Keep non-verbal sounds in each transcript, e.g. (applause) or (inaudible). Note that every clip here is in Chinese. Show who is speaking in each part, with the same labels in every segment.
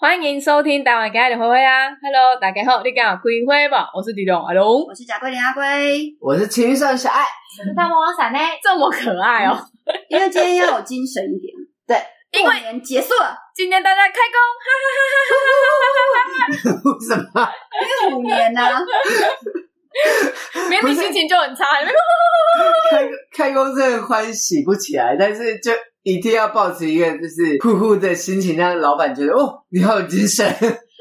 Speaker 1: 欢迎收听台湾今日的灰灰啊！Hello，大家好，你敢有开会不？我是迪龙阿龙，
Speaker 2: 我是贾桂林阿龟，
Speaker 3: 我是情绪上小爱，
Speaker 4: 我是大魔王闪呢。
Speaker 1: 这么可爱哦！
Speaker 2: 因为今天要有精神一点。
Speaker 3: 对，
Speaker 2: 过年结束了，
Speaker 1: (laughs) 今天大家开工， (laughs)
Speaker 3: 为 (laughs) 什么？
Speaker 2: 因为虎年呐、
Speaker 1: 明明心情就很差，你们
Speaker 3: 开开工真的欢喜不起来，但是就一定要保持一个就是酷酷的心情，让老板觉得哦，你好有精神。 (laughs)
Speaker 1: 哎，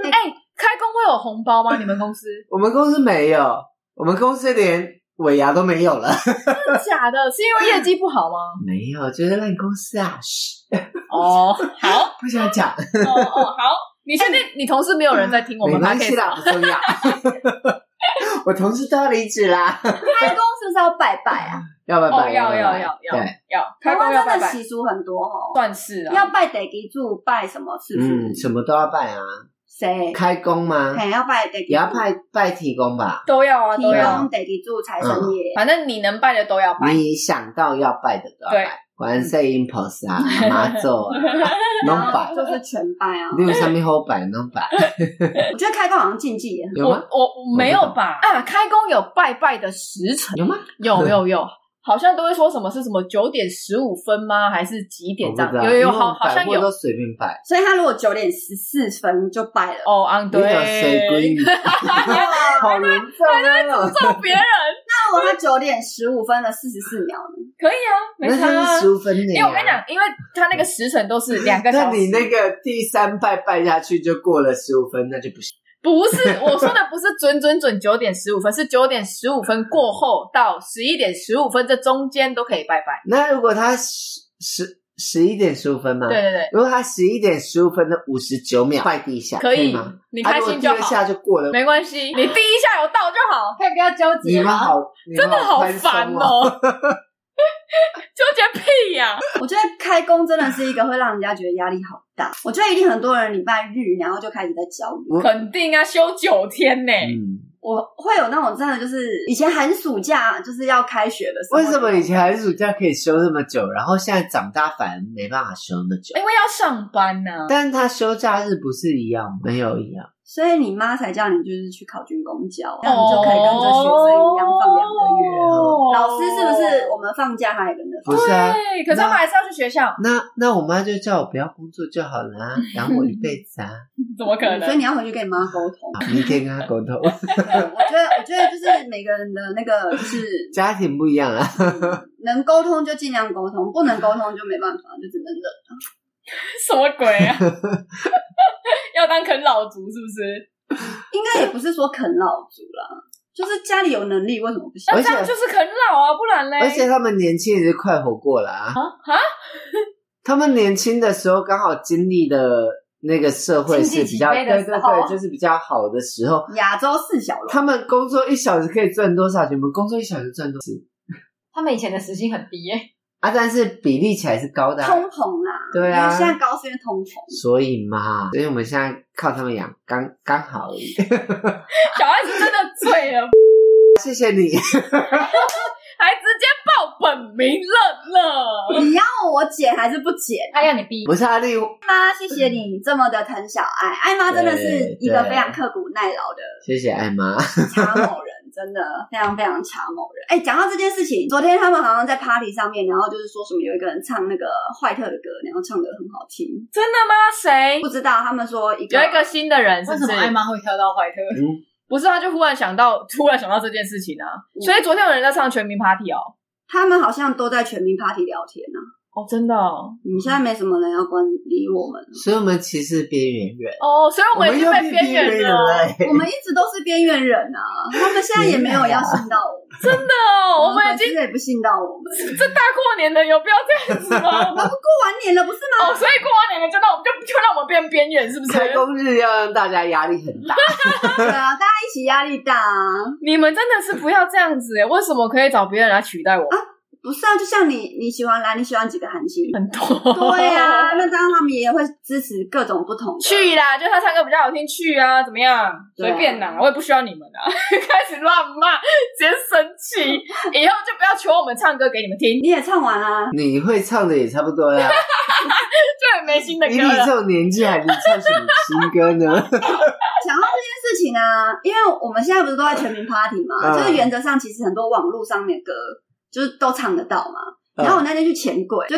Speaker 1: 开工会有红包吗？你们公司
Speaker 3: 我们公司没有，我们公司连尾牙都没有了。
Speaker 1: 真的 (laughs) 假的？是因为业绩不好吗？
Speaker 3: (laughs) 没有，就是烂公司啊，嘘，
Speaker 1: (laughs) 哦，好，
Speaker 3: 不想讲，
Speaker 1: 哦哦，好，你确定你同事没有人在听我
Speaker 3: 没
Speaker 1: 们 p o
Speaker 3: 关
Speaker 1: d
Speaker 3: 系
Speaker 1: c
Speaker 3: 啦，不重要。 (laughs) 我同事都要离职啦，
Speaker 2: 开工是不是要拜拜啊？
Speaker 3: (laughs) 要拜
Speaker 1: 哦，
Speaker 3: 拜，
Speaker 1: 要要要
Speaker 3: 拜
Speaker 1: 要
Speaker 3: 对，
Speaker 1: 要，开
Speaker 2: 台
Speaker 1: 工
Speaker 2: 湾
Speaker 1: 要
Speaker 2: 真
Speaker 1: 拜
Speaker 2: 的
Speaker 1: 拜，
Speaker 2: 习俗很多哦，
Speaker 1: 算是啊，
Speaker 2: 要拜得给柱，拜什么？是不
Speaker 3: 嗯，
Speaker 2: 是？
Speaker 3: 什么都要拜啊，
Speaker 2: 谁？
Speaker 3: 开工吗？
Speaker 2: 嘿，要拜得给
Speaker 3: 也要拜拜提工吧，
Speaker 1: 都要啊，
Speaker 2: 提
Speaker 1: 都要，
Speaker 2: 供得给柱财啊神爷。
Speaker 1: 反正你能拜的都要拜。
Speaker 3: 你想到要拜的都要
Speaker 1: 对
Speaker 3: 拜，观世音菩萨、妈祖
Speaker 1: (laughs)
Speaker 3: 啊，拢
Speaker 2: 然
Speaker 3: 拜
Speaker 2: 后，就是全拜啊！
Speaker 3: 你有啥物好拜拢
Speaker 1: (laughs)
Speaker 3: 拜，
Speaker 2: 我觉得开工好像禁忌耶，
Speaker 3: 有
Speaker 1: 我
Speaker 3: 吗？
Speaker 1: 我我没有吧？啊，开工有拜拜的时辰，
Speaker 3: 有吗？
Speaker 1: 有有有，好像都会说什么是什么九点十五分吗？还是几点这样？
Speaker 3: 我不知道
Speaker 1: 有有
Speaker 3: 因为
Speaker 1: 有，
Speaker 3: 我们
Speaker 1: 好好像
Speaker 3: 百货
Speaker 1: 有
Speaker 3: 都随便拜，
Speaker 2: 所以他如果九点十四分就拜了，
Speaker 1: 哦，啊安
Speaker 3: 你有哦水
Speaker 1: 对， (laughs)
Speaker 3: 闺女，好隆重哦。
Speaker 1: 揍别人
Speaker 2: 那如果他九点十五分了四十四秒呢？
Speaker 1: 可以啊，没
Speaker 3: (laughs) 那
Speaker 1: 差啊
Speaker 3: 是。十五分呢。啊
Speaker 1: 因为我跟你讲，因为他那个时辰都是两个
Speaker 3: 那
Speaker 1: 小时
Speaker 3: 你，那个第三拜拜下去就过了十五分，那就不行。
Speaker 1: 不是我说的，不是准准准九点十五分，是 (laughs) 九点十五分过后到十一点十五分这中间都可以拜拜。
Speaker 3: 那如果他十十十一点十五分吗？
Speaker 1: 对。对对，
Speaker 3: 如果他十一点十五分的五十九秒拜第一下，
Speaker 1: 可以
Speaker 3: 吗？，
Speaker 1: 你
Speaker 3: 啊
Speaker 1: 开
Speaker 3: 如果
Speaker 1: 心就
Speaker 3: 第二
Speaker 1: 好，
Speaker 3: 下就过了。
Speaker 1: 没关系，你第一下有到就好。
Speaker 4: 可以不要纠
Speaker 3: 你
Speaker 4: 结
Speaker 3: 们
Speaker 4: 吗？
Speaker 3: 好，你
Speaker 1: 啊真
Speaker 3: 们
Speaker 1: 的好
Speaker 3: 宽松
Speaker 1: 烦
Speaker 3: 哦。
Speaker 1: 哦， (laughs) 纠结屁呀、
Speaker 2: 我觉得开工真的是一个会让人家觉得压力好大。我觉得一定很多人礼拜日然后就开始在焦虑。
Speaker 3: 我
Speaker 1: 肯定啊，休九天呢、
Speaker 3: 嗯，
Speaker 2: 我会有那种真的就是以前寒暑假就是要开学的时候，
Speaker 3: 为什么以前寒暑假可以休那么久，然后现在长大反而没办法休那么久？
Speaker 1: 因为要上班啊呢、
Speaker 3: 但是他休假日不是一样吗？没有一样，
Speaker 2: 所以你妈才叫你就是去考军工教，这样你就可以跟着学生一样放两个月。啊
Speaker 1: 哦
Speaker 2: 老师是不是我们放假还跟着放
Speaker 3: 不？是啊？
Speaker 1: 对，可是他们还是要去学校，
Speaker 3: 那那我妈就叫我不要工作就好了、啊，养我一辈子啊！
Speaker 1: 怎么可
Speaker 2: 嗯所以
Speaker 1: 能？
Speaker 2: 你要回去跟你妈沟通。
Speaker 3: 明天跟她沟通，
Speaker 2: 我觉得，我觉得就是每个人的那个
Speaker 3: (laughs)
Speaker 2: 就是
Speaker 3: 家庭不一样啊。
Speaker 2: 能沟通就尽量沟通，不能沟通就没办法，就只能忍。
Speaker 1: 什么鬼
Speaker 3: (laughs)
Speaker 1: 啊？要当啃老族是不是？
Speaker 2: 应该也不是说啃老族啦，就是家里有能力为什么不行？
Speaker 1: 那
Speaker 3: 而
Speaker 1: 这
Speaker 3: 且
Speaker 1: 样就是啃老啊，不然嘞？
Speaker 3: 而且他们年轻也是快活过了啊！ (laughs) 他们年轻的时候刚好经历的那个社会是比较
Speaker 4: 经
Speaker 3: 对对
Speaker 4: 济起飞的时候
Speaker 3: 对，就是比较好的时候，
Speaker 2: 亚洲四小龙，
Speaker 3: 他们工作一小时可以赚多少钱？我们工作一小时赚多少钱
Speaker 4: 他们以前的时薪很低耶，
Speaker 3: 啊？但是比例起来是高的、啊，
Speaker 2: 通膨啦，
Speaker 3: 对
Speaker 2: 因为现在
Speaker 3: 啊。
Speaker 2: 高是因为通膨。
Speaker 3: 所以嘛，所以我们现在靠他们养，刚刚好而已。 (laughs)
Speaker 1: 小孩子真的醉了，
Speaker 3: 谢谢
Speaker 1: (laughs)
Speaker 3: 你，
Speaker 1: 还直接报本名认了。
Speaker 2: 你要我剪还是不剪？
Speaker 4: 他要你逼，
Speaker 3: 不是啊阿丽，
Speaker 2: 艾妈，谢谢你这么的疼小爱，艾妈真的是一个非常刻苦耐劳
Speaker 3: (laughs)
Speaker 2: 的
Speaker 3: 谢谢艾
Speaker 1: (laughs)
Speaker 3: 妈。
Speaker 2: 茶某人，真的非常非常茶某人。哎、讲到这件事情，昨天他们好像在 party 上面，然后就是说什么有一个人唱那个坏特的歌，然后唱的很好听，
Speaker 1: 真的吗？谁
Speaker 2: 不？知道他们说一个
Speaker 1: 有一个新的人是
Speaker 4: 为
Speaker 1: 不
Speaker 4: 什
Speaker 1: 是
Speaker 4: 么？艾妈会跳到怀特？
Speaker 3: 嗯，
Speaker 1: 不是，他就忽然想到，突然想到这件事情啊。
Speaker 2: 嗯
Speaker 1: 所以昨天有人在唱全民 Party 哦。
Speaker 2: 他们好像都在全民 party 聊天呢、啊。
Speaker 1: 哦，真的哦。
Speaker 2: 你现在没什么人要管理我们，
Speaker 3: 所以我们其实是边缘人，
Speaker 1: 哦，所以我们已经
Speaker 3: 又
Speaker 1: 被边缘
Speaker 3: 人
Speaker 1: 了。 (laughs)
Speaker 3: 了。
Speaker 2: 我们一直都是边缘人啊，他们现在也没有要信到我们，
Speaker 1: 真的 (laughs) 哦，我们已
Speaker 2: 粉丝
Speaker 1: 经
Speaker 2: 也不信到我们，
Speaker 1: 这大过年的，有必要这样子吗？
Speaker 2: 我们过完年了不是吗？
Speaker 1: 哦，所以过完年了就让我们就就让我们变边缘，是不
Speaker 3: 开
Speaker 1: 是？
Speaker 3: 工日要让大家压力
Speaker 1: (laughs)
Speaker 3: 很大，
Speaker 2: 对啊，大家一起压力大啊。
Speaker 1: 欸你们真的是不要这样子哎！为什么可以找别人来取代我？
Speaker 2: 不是啊，就像你你喜欢蓝，你喜欢几个韩星？
Speaker 1: 很多。
Speaker 2: 对呀、啊，那这样他们也会支持各种不同的。
Speaker 1: 去啦，就他唱歌比较好听，去嗯啊，怎么样？
Speaker 2: 对啊
Speaker 1: 随便啦，我 (laughs) 也不需要你们啊！开始乱骂，直接生 (laughs) 气，以后就不要求我们唱歌给你们听，
Speaker 2: 你也唱完啊，
Speaker 3: 你会唱的也差不多
Speaker 1: (laughs)
Speaker 3: 啦。
Speaker 1: 就很没心的歌
Speaker 3: 以你这
Speaker 1: 了。
Speaker 3: 种年纪还能唱什么新歌
Speaker 1: (laughs)
Speaker 3: 呢？ (laughs)
Speaker 2: 讲到这件事情呢、啊，因为我们现在不是都在全民 party 嘛，
Speaker 3: 嗯
Speaker 2: 就是原则上其实很多网络上面的歌就是都唱得到嘛。
Speaker 3: 嗯
Speaker 2: 然后我那天去钱柜，就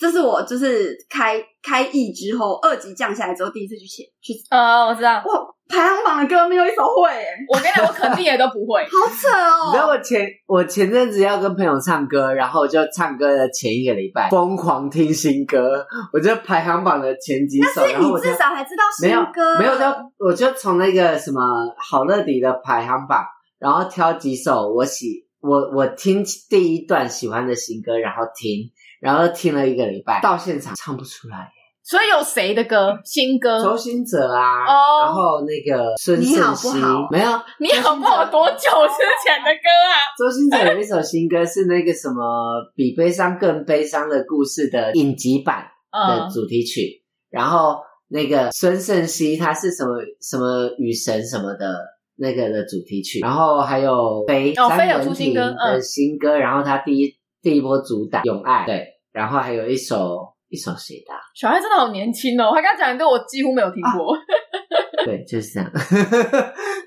Speaker 2: 这是我就是开开艺之后二级降下来之后第一次去钱去，
Speaker 1: 呃，我知道，
Speaker 2: 哇，排行榜的歌没有一首会、欸，。
Speaker 1: 我跟你讲，我肯定也都不会
Speaker 2: 好扯哦！
Speaker 3: 你知道我前我前阵子要跟朋友唱歌，然后我就唱歌的前一个礼拜疯狂听新歌，我就排行榜的前几首，
Speaker 2: 所以
Speaker 3: 然后我
Speaker 2: 你
Speaker 3: 就
Speaker 2: 至少还知道新
Speaker 3: 没有
Speaker 2: 歌，
Speaker 3: 没有就我就从那个什么好乐迪的排行榜，然后挑几首我喜我我听第一段喜欢的新歌，然后听，然后听了一个礼拜，到现场唱不出来。
Speaker 1: (laughs) 所以有谁的歌？新
Speaker 3: 周
Speaker 1: 歌？
Speaker 3: 兴哲啊，
Speaker 1: 哦
Speaker 3: 然后那个孙
Speaker 2: 嗯你好
Speaker 3: 盛
Speaker 2: 不
Speaker 3: 熙
Speaker 2: 好，
Speaker 3: 没有
Speaker 1: 你好不好？多久之前的歌啊？
Speaker 3: 周星哲有一首新歌是那个什么《比悲伤更悲伤的故事》的影集版的
Speaker 1: 嗯，
Speaker 3: 主题曲，然后那个孙盛熙他是什么什么雨神什么的那个的主题曲，然后还有飞
Speaker 1: 哦
Speaker 3: 张
Speaker 1: 飞有
Speaker 3: 文
Speaker 1: 出新
Speaker 3: 婷
Speaker 1: 歌嗯
Speaker 3: 的新歌，然后他第一第一波主打《永爱》对，然后还有一首一首谁的啊、
Speaker 1: 小孩真的好年轻哦，他刚讲一个我几乎没有听过。
Speaker 3: (laughs) 对，就是这样。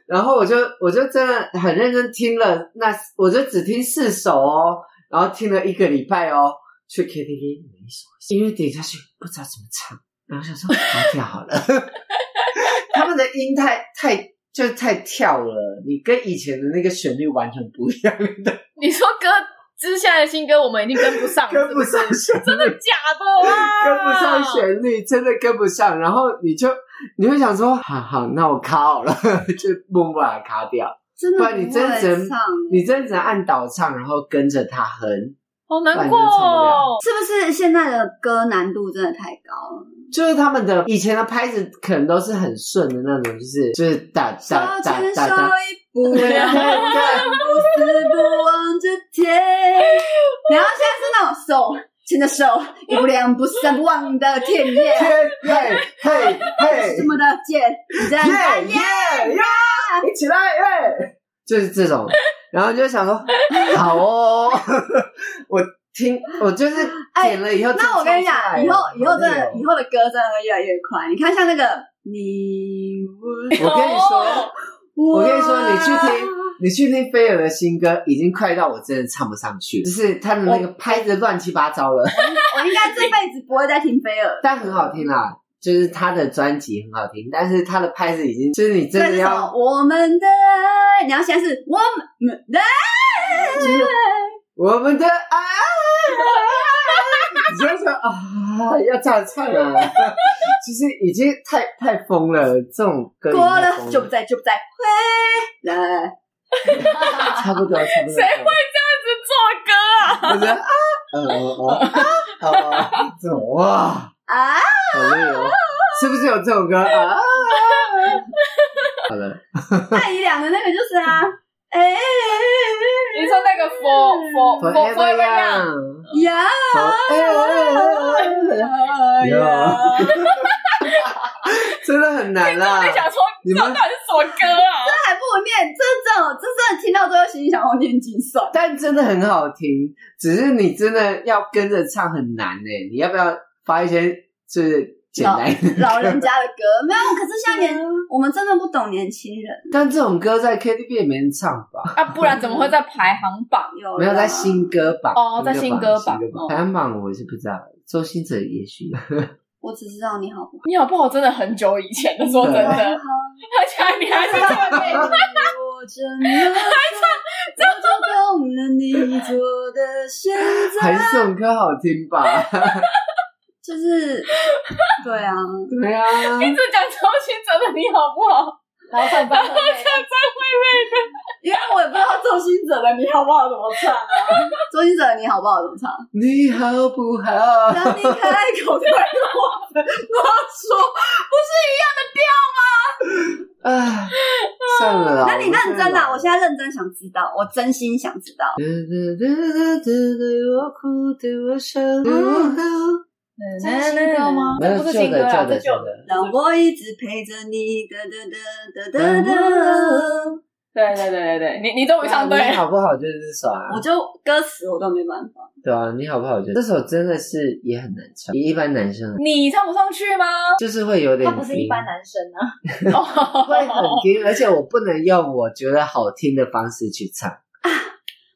Speaker 3: 然后我就我就真的很认真听了，那我就只听四首哦，然后听了一个礼拜哦，去 KTV 每一首，因为点下去不知道怎么唱，然后想说好跳好了， (laughs) 他们的音太太就是太跳了，你跟以前的那个旋律完全不一样，
Speaker 1: (laughs) 你说歌之下的新歌，我们已经跟不上了，
Speaker 3: (laughs) 跟不上
Speaker 1: 是
Speaker 3: 旋
Speaker 1: 不是真的
Speaker 3: 律。
Speaker 1: 假的啦？
Speaker 3: 跟不上旋律，真的跟不上，然后你就你会想说，好好，那我卡好了， (laughs) 就默默把它卡掉。
Speaker 2: 真的
Speaker 3: 不然你真
Speaker 2: 不会
Speaker 3: 整
Speaker 2: 唱欸
Speaker 3: 你真的只能按倒唱，然后跟着他哼，
Speaker 1: 好难
Speaker 3: 不
Speaker 1: 过
Speaker 3: 然真的唱不
Speaker 1: 哦
Speaker 3: 了。
Speaker 2: 是不是现在的歌难度真的太高了？
Speaker 3: 就是他们的以前的拍子可能都是很顺的那种，就是就是哒哒
Speaker 2: 手
Speaker 3: 哒
Speaker 2: 牵
Speaker 3: 哒
Speaker 2: 手
Speaker 3: 哒，
Speaker 2: 一步
Speaker 3: 对
Speaker 2: 两步
Speaker 3: 对
Speaker 2: 四步望着天，然后现在是那种手牵着手一步两步三步望到天耶
Speaker 3: 对，嘿嘿嘿
Speaker 2: 什，么的见，你在哎
Speaker 3: 耶耶
Speaker 2: 耶，
Speaker 3: 耶，一起来耶，就是这种，然后就想说，好哦，我听我就是点了以后，
Speaker 2: 那我跟你讲，以后以后真的以
Speaker 3: 后
Speaker 2: 后的歌真的会越来越快。你看像那个你我
Speaker 3: 我跟你说
Speaker 1: 哦。
Speaker 2: (laughs)
Speaker 3: 我跟你说，你去听，你去听菲儿的新歌，已经快到我真的唱不上去，就是他的那个拍子乱七八糟了， (laughs)
Speaker 2: 我应该这辈子不会再听菲尔。
Speaker 3: 但很好听啦。就是他的专辑很好听，但是他的拍子已经，就是你真
Speaker 2: 那
Speaker 3: 的
Speaker 2: 是哦什么？
Speaker 3: 要，
Speaker 2: 我们的爱，你要现在是我们的爱，
Speaker 3: 我们的爱，你就说啊，要这样唱啊， (laughs) 就是已经太太疯了，这种歌已经
Speaker 2: 过
Speaker 3: 太
Speaker 2: 了
Speaker 3: 疯
Speaker 2: 就不在，就不在，回来。
Speaker 3: 差不多，差不多。
Speaker 1: 谁会这
Speaker 3: 我觉得啊，嗯嗯嗯啊啊，这种哇，
Speaker 2: 啊，
Speaker 3: 好累哦，是不是有这首歌啊？好了，
Speaker 2: 爱姨两个那个就是 (laughs) 啊，哎
Speaker 1: 你
Speaker 2: (laughs)
Speaker 1: 说那个 for for for
Speaker 3: Forever
Speaker 1: forever young，
Speaker 3: Young，
Speaker 2: 哎呀
Speaker 3: Forever Young
Speaker 2: (laughs) 呀，
Speaker 3: 真的很难
Speaker 1: 我
Speaker 3: 啦
Speaker 1: 在。想说，
Speaker 3: 你
Speaker 1: 这到
Speaker 3: 们
Speaker 1: 底是什么歌啊？
Speaker 2: 还不如念，真的，真正听到最后心里想要念经算。
Speaker 3: 但真的很好听，只是你真的要跟着唱很难呢、你要不要发一些就是简单一点？
Speaker 2: (laughs)
Speaker 3: 啊
Speaker 2: 老人家的歌没有，可是像年我们真的不懂年轻人，
Speaker 3: 但这种歌在 KTV 也没人唱吧？
Speaker 1: 啊，不然怎么会在排行榜？
Speaker 2: 有
Speaker 3: 没有
Speaker 2: 啦
Speaker 3: 在新歌榜
Speaker 1: 哦在
Speaker 3: 新
Speaker 1: 新歌
Speaker 3: 榜
Speaker 1: 榜
Speaker 3: 新歌
Speaker 1: 哦
Speaker 3: 排行榜我是不知道，周星哲也许有
Speaker 2: 我只知道你好不好，
Speaker 1: 你好不好？真的很久以前的，说真
Speaker 3: 对啊
Speaker 1: 的，
Speaker 2: 我还
Speaker 1: 而
Speaker 2: 好，
Speaker 1: 且你还是这么美。
Speaker 2: 我真
Speaker 3: (laughs)
Speaker 2: 的我就懂了你做的选择，
Speaker 3: (laughs) 还是这种歌好听吧？
Speaker 2: 就是对
Speaker 3: (laughs)
Speaker 2: 啊，
Speaker 3: 对啊，
Speaker 1: 一直讲周星哲的你好不好？
Speaker 4: 然后再帮
Speaker 2: 因为我也不知道周星哲的你好不好怎么唱啊，周星哲的你好不好怎么唱？啊
Speaker 3: 你好不好？
Speaker 2: 当你开口对
Speaker 3: (laughs)
Speaker 2: 我们，我说不是一样的调吗？
Speaker 3: 啊，算了啦。
Speaker 2: 那你认真
Speaker 4: 啊
Speaker 2: 啊啦，我现
Speaker 3: 在。
Speaker 2: 在认真想知道，我真心想知道。
Speaker 3: 我哭对我笑对我好
Speaker 4: 这是新歌吗？
Speaker 3: 没有
Speaker 4: 这不是
Speaker 3: 旧
Speaker 4: 新
Speaker 1: 啊
Speaker 4: 歌
Speaker 3: 的
Speaker 4: 啦，
Speaker 3: 旧
Speaker 4: 这
Speaker 3: 的
Speaker 4: 旧
Speaker 3: 旧
Speaker 4: 的。
Speaker 3: 的，
Speaker 2: 让我一直陪着你，哒哒哒哒哒哒。
Speaker 1: 对对对对对，你你终于唱对
Speaker 3: 你
Speaker 1: 了。
Speaker 3: 好不好就是这首啊
Speaker 2: 我，就歌词我都没办法，
Speaker 3: 对啊，你好不好就是这首真的是也很难唱，比一般男生
Speaker 1: 你唱不上去吗？哦
Speaker 3: 就是会有点
Speaker 4: 他不是
Speaker 3: 低
Speaker 4: 一般男生啊，
Speaker 3: 会很低，而且我不能用我觉得好听的方式去唱。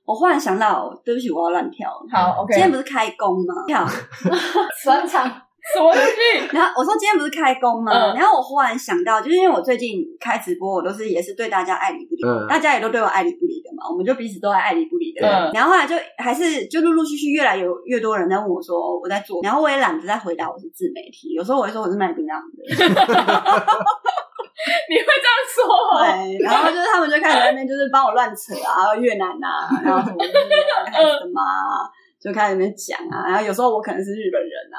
Speaker 2: 我忽然想到，对不起，我要乱跳了。
Speaker 1: 好
Speaker 2: 今天
Speaker 1: ，OK，
Speaker 2: 不是开工吗？跳，
Speaker 4: (laughs) 转场
Speaker 1: 什么东西？
Speaker 2: 然后我说今天不是开工吗？
Speaker 1: 嗯
Speaker 2: 然后我忽然想到，就是因为我最近开直播，我都是也是对大家爱理不理，
Speaker 3: 嗯
Speaker 2: 大家也都对我爱理不理的嘛，我们就彼此都爱爱理不理的。
Speaker 1: 嗯
Speaker 2: 然后后来就还是就陆陆续续越来有越多人在问我说我在做，然后我也懒得再回答我是自媒体，有时候我会说我是卖槟榔的，
Speaker 1: (laughs) 你会这样说哦？
Speaker 2: 对，然后就是他们就开始在那边就是帮我乱扯啊，越南啊，然后什么日
Speaker 1: 嗯
Speaker 2: 本还是什么啊，就开始在那边讲啊，然后有时候我可能是日本人啊，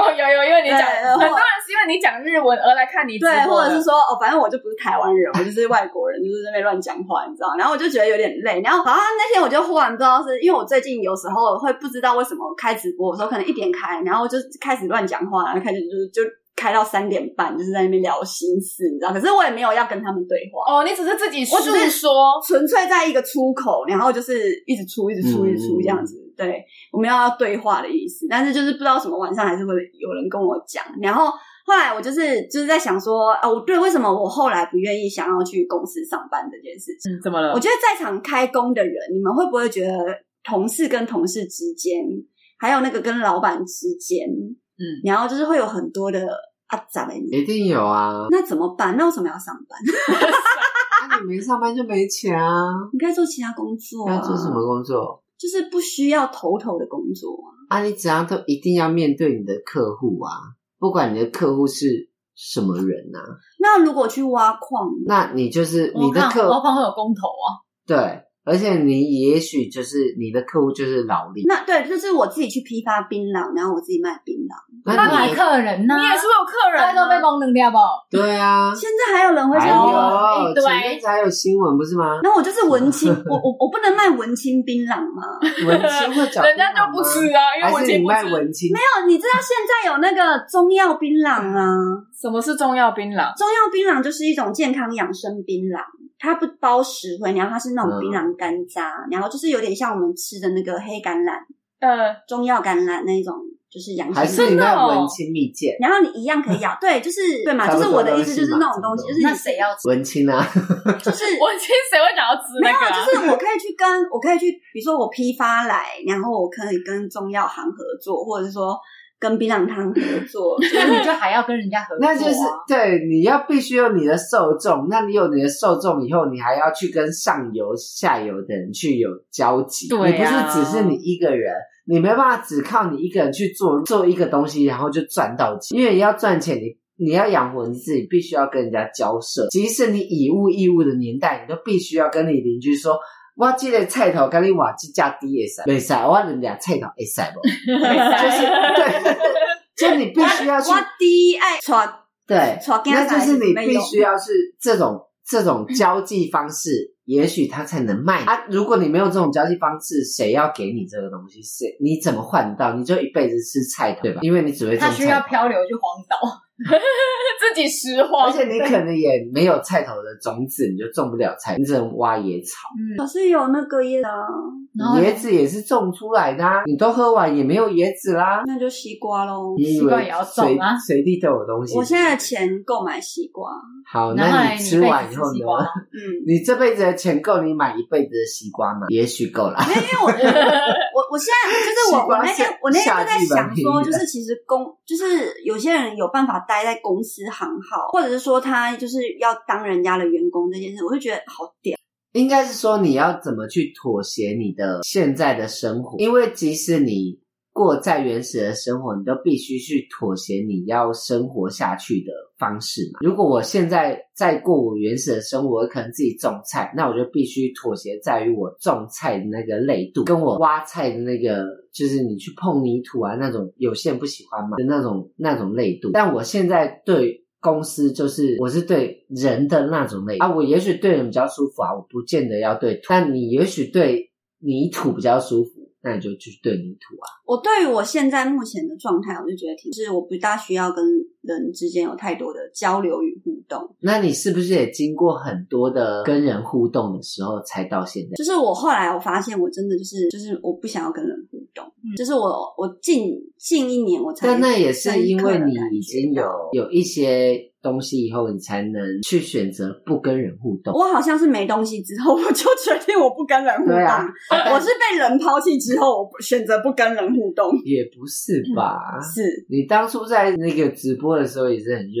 Speaker 1: 哦，有有，因为你讲，
Speaker 2: 对然
Speaker 1: 很
Speaker 2: 后
Speaker 1: 多人是因为你讲日文而来看你直
Speaker 2: 对，
Speaker 1: 播
Speaker 2: 或
Speaker 1: 的，
Speaker 2: 者是说哦，反正我就不是台湾人，我就是外国人，就是在那边乱讲话，你知道？然后我就觉得有点累。然后好像啊那天我就忽然不知道是因为我最近有时候会不知道为什么开直播，有时候可能一点开，然后就开始乱讲话，然后开始就是就开到三点半，就是在那边聊心事，你知道？可是我也没有要跟他们对话。
Speaker 1: 哦，你只是自己
Speaker 2: 我只
Speaker 1: 是
Speaker 2: 是
Speaker 1: 说，
Speaker 2: 哦纯粹在一个出口，然后就是一直出，一直出，一直
Speaker 3: 嗯
Speaker 2: 出这样子。对，我们要对话的意思，但是就是不知道什么晚上还是会有人跟我讲。然后后来我就是就是在想说，啊，我对为什么我后来不愿意想要去公司上班这件事情？
Speaker 1: 嗯，怎么了
Speaker 2: 我？觉得在场开工的人，你们会不会觉得同事跟同事之间，还有那个跟老板之间，
Speaker 1: 嗯，
Speaker 2: 然后就是会有很多的啊咋的？
Speaker 3: 一定有啊，
Speaker 2: 那怎么办？那为什么要上班？
Speaker 3: 那你没上班就没钱啊，
Speaker 2: 你可以做其他工作、啊，
Speaker 3: 要做什么工作？
Speaker 2: 就是不需要头头的工作啊。
Speaker 3: 啊，你只要都一定要面对你的客户啊，不管你的客户是什么人啊，
Speaker 2: 那如果去挖矿，
Speaker 3: 那你就是你
Speaker 4: 我
Speaker 3: 的
Speaker 4: 看
Speaker 3: 客
Speaker 4: 我方会有公投啊，
Speaker 3: 对，而且你也许就是你的客户就是劳力，
Speaker 2: 那对，就是我自己去批发槟榔，然后我自己卖槟榔。
Speaker 4: 那
Speaker 3: 那
Speaker 4: 来
Speaker 3: 你
Speaker 4: 客人呐，
Speaker 1: 你也是会有客人
Speaker 4: 大
Speaker 1: 啊，
Speaker 4: 家都被蒙能掉不？
Speaker 1: (laughs)
Speaker 3: 对啊，
Speaker 2: 现在还有人会这
Speaker 3: 还
Speaker 2: 样吗？
Speaker 1: 哦
Speaker 3: 有啊
Speaker 1: 对
Speaker 3: 前阵子还有新闻不是吗？
Speaker 2: 然后我就是文青，我我我不能卖文青槟榔吗？ (laughs)
Speaker 3: 文青会
Speaker 1: (laughs)
Speaker 3: 找
Speaker 1: 人家就不吃啊，因为
Speaker 3: 还
Speaker 1: 文
Speaker 3: 是
Speaker 1: 青
Speaker 3: 你
Speaker 1: 不
Speaker 3: 卖
Speaker 1: 吃。
Speaker 3: 文青？
Speaker 2: 哦，你知道现在有那个中药槟榔啊，
Speaker 1: 什么是中药槟榔？
Speaker 2: 中药槟榔就是一种健康养生槟榔，它不包石灰，然后它是
Speaker 3: 嗯
Speaker 2: 那种槟榔干渣，然后就是有点像我们吃的那个黑橄榄、
Speaker 1: 呃，
Speaker 2: 中药橄榄那一种，就是养
Speaker 3: 还
Speaker 2: 生。
Speaker 3: 是你卖
Speaker 1: 哦
Speaker 3: 文青蜜饯？
Speaker 2: 然后你一样可以
Speaker 3: (laughs)
Speaker 2: 咬，对，就是对嘛，
Speaker 3: 差
Speaker 2: 就
Speaker 3: 不
Speaker 2: 是
Speaker 3: 多
Speaker 2: 我的意思，就是那种东
Speaker 3: 东
Speaker 2: 西，
Speaker 3: 西
Speaker 2: 就是
Speaker 3: 嘛
Speaker 4: 那
Speaker 2: 你
Speaker 4: 谁
Speaker 1: (laughs)
Speaker 4: 要吃？
Speaker 3: 文青啊，
Speaker 2: 就是
Speaker 1: 文青谁会想要吃那个、啊？
Speaker 2: 就是我可以去跟我可以去，比如说我批发来，然后我可以跟中药行合作，或者是说跟槟榔摊合
Speaker 3: (laughs)
Speaker 2: 作。
Speaker 4: 那你就还要跟人家合作啊，
Speaker 3: 那
Speaker 4: (laughs)
Speaker 3: 就是对，你要必须有你的受众，那你有你的受众以后，你还要去跟上游、下游的人去有交集，
Speaker 1: 对啊
Speaker 3: 你不是只是你一个人，你没办法只靠你一个人去做做一个东西，然后就赚到钱，因为你要赚钱，你。你要养活你自己，必须要跟人家交涉。即使你以物易物的年代，你都必须要跟你邻居说：“我这个菜头跟你瓦这价低也塞，没塞，我人家菜头也塞不？”就是对，就你必须要去
Speaker 2: 我第一爱传
Speaker 3: 对，
Speaker 2: 传给
Speaker 3: 那就是你
Speaker 2: 没
Speaker 3: 必
Speaker 2: 有。
Speaker 3: 须要是这种这种交际方式，也许他才能卖啊。如果你没有这种交际方式，谁要给你这个东西？谁你怎么换到？你就一辈子吃菜头，对吧？因为你只会种
Speaker 4: 他需要
Speaker 3: 菜头，
Speaker 4: 漂流去荒岛，
Speaker 1: (laughs) 自己拾荒，
Speaker 3: 而且你可能也没有菜头的种子，你就种不了菜，你只能挖野草。
Speaker 2: 可是有那个耶啊，
Speaker 4: 嗯然后
Speaker 3: 椰子也是种出来的、啊，你都喝完也没有椰子啦。
Speaker 2: 那就西瓜喽。
Speaker 3: 你以
Speaker 4: 西瓜
Speaker 3: 为
Speaker 4: 也要
Speaker 3: 随
Speaker 4: 种啊
Speaker 3: 随地都有东嗯西。
Speaker 2: 我现在的钱购买西瓜，
Speaker 3: 好，
Speaker 4: 然后
Speaker 3: 那
Speaker 4: 来
Speaker 3: 你
Speaker 4: 你
Speaker 3: 吃
Speaker 4: 被
Speaker 3: 完以
Speaker 4: 子
Speaker 3: 后
Speaker 4: 西
Speaker 3: 呢？
Speaker 4: 瓜
Speaker 2: 嗯，
Speaker 3: (laughs) 你这辈子的钱够你买一辈子的西瓜吗？也许够啦。 (laughs)
Speaker 2: 没有，因为我我我现在就是我
Speaker 3: 西瓜
Speaker 2: 我那天
Speaker 3: 夏
Speaker 2: 我那天就在
Speaker 3: 夏季
Speaker 2: 想
Speaker 3: 蛮
Speaker 2: 说，
Speaker 3: 便宜
Speaker 2: 就
Speaker 3: 的
Speaker 2: 是其实公就是有些人有办法待在公司行号，或者是说他就是要当人家的员工这件事，我就觉得好屌。
Speaker 3: 应该是说你要怎么去妥协你的现在的生活，因为即使你过再原始的生活，你都必须去妥协你要生活下去的方式嘛。如果我现在再过我原始的生活，我可能自己种菜，那我就必须妥协在于我种菜的那个累度，跟我挖菜的那个。就是你去碰泥土啊，那种有些人不喜欢嘛的那种那种累度。但我现在对公司就是我是对人的那种类啊，我也许对人比较舒服啊，我不见得要对土，但你也许对泥土比较舒服，那你就去对泥土啊。
Speaker 2: 我对于我现在目前的状态，我就觉得挺，就是我不大需要跟人之间有太多的交流与互动。
Speaker 3: 那你是不是也经过很多的跟人互动的时候，才到现在？
Speaker 2: 就是我后来我发现，我真的就是就是我不想要跟人互动，
Speaker 4: 嗯
Speaker 2: 就是我我近近一年我才，
Speaker 3: 但那也是因为你已经有。有一些东西以后，你才能去选择不跟人互动。
Speaker 2: 我好像是没东西之后，我就决定我不跟人互动。
Speaker 3: 对啊
Speaker 2: 我是被人抛弃之后，我不选择不跟人互动。
Speaker 3: 也不是吧？
Speaker 2: 是
Speaker 3: 你当初在那个直播的时候也是很热，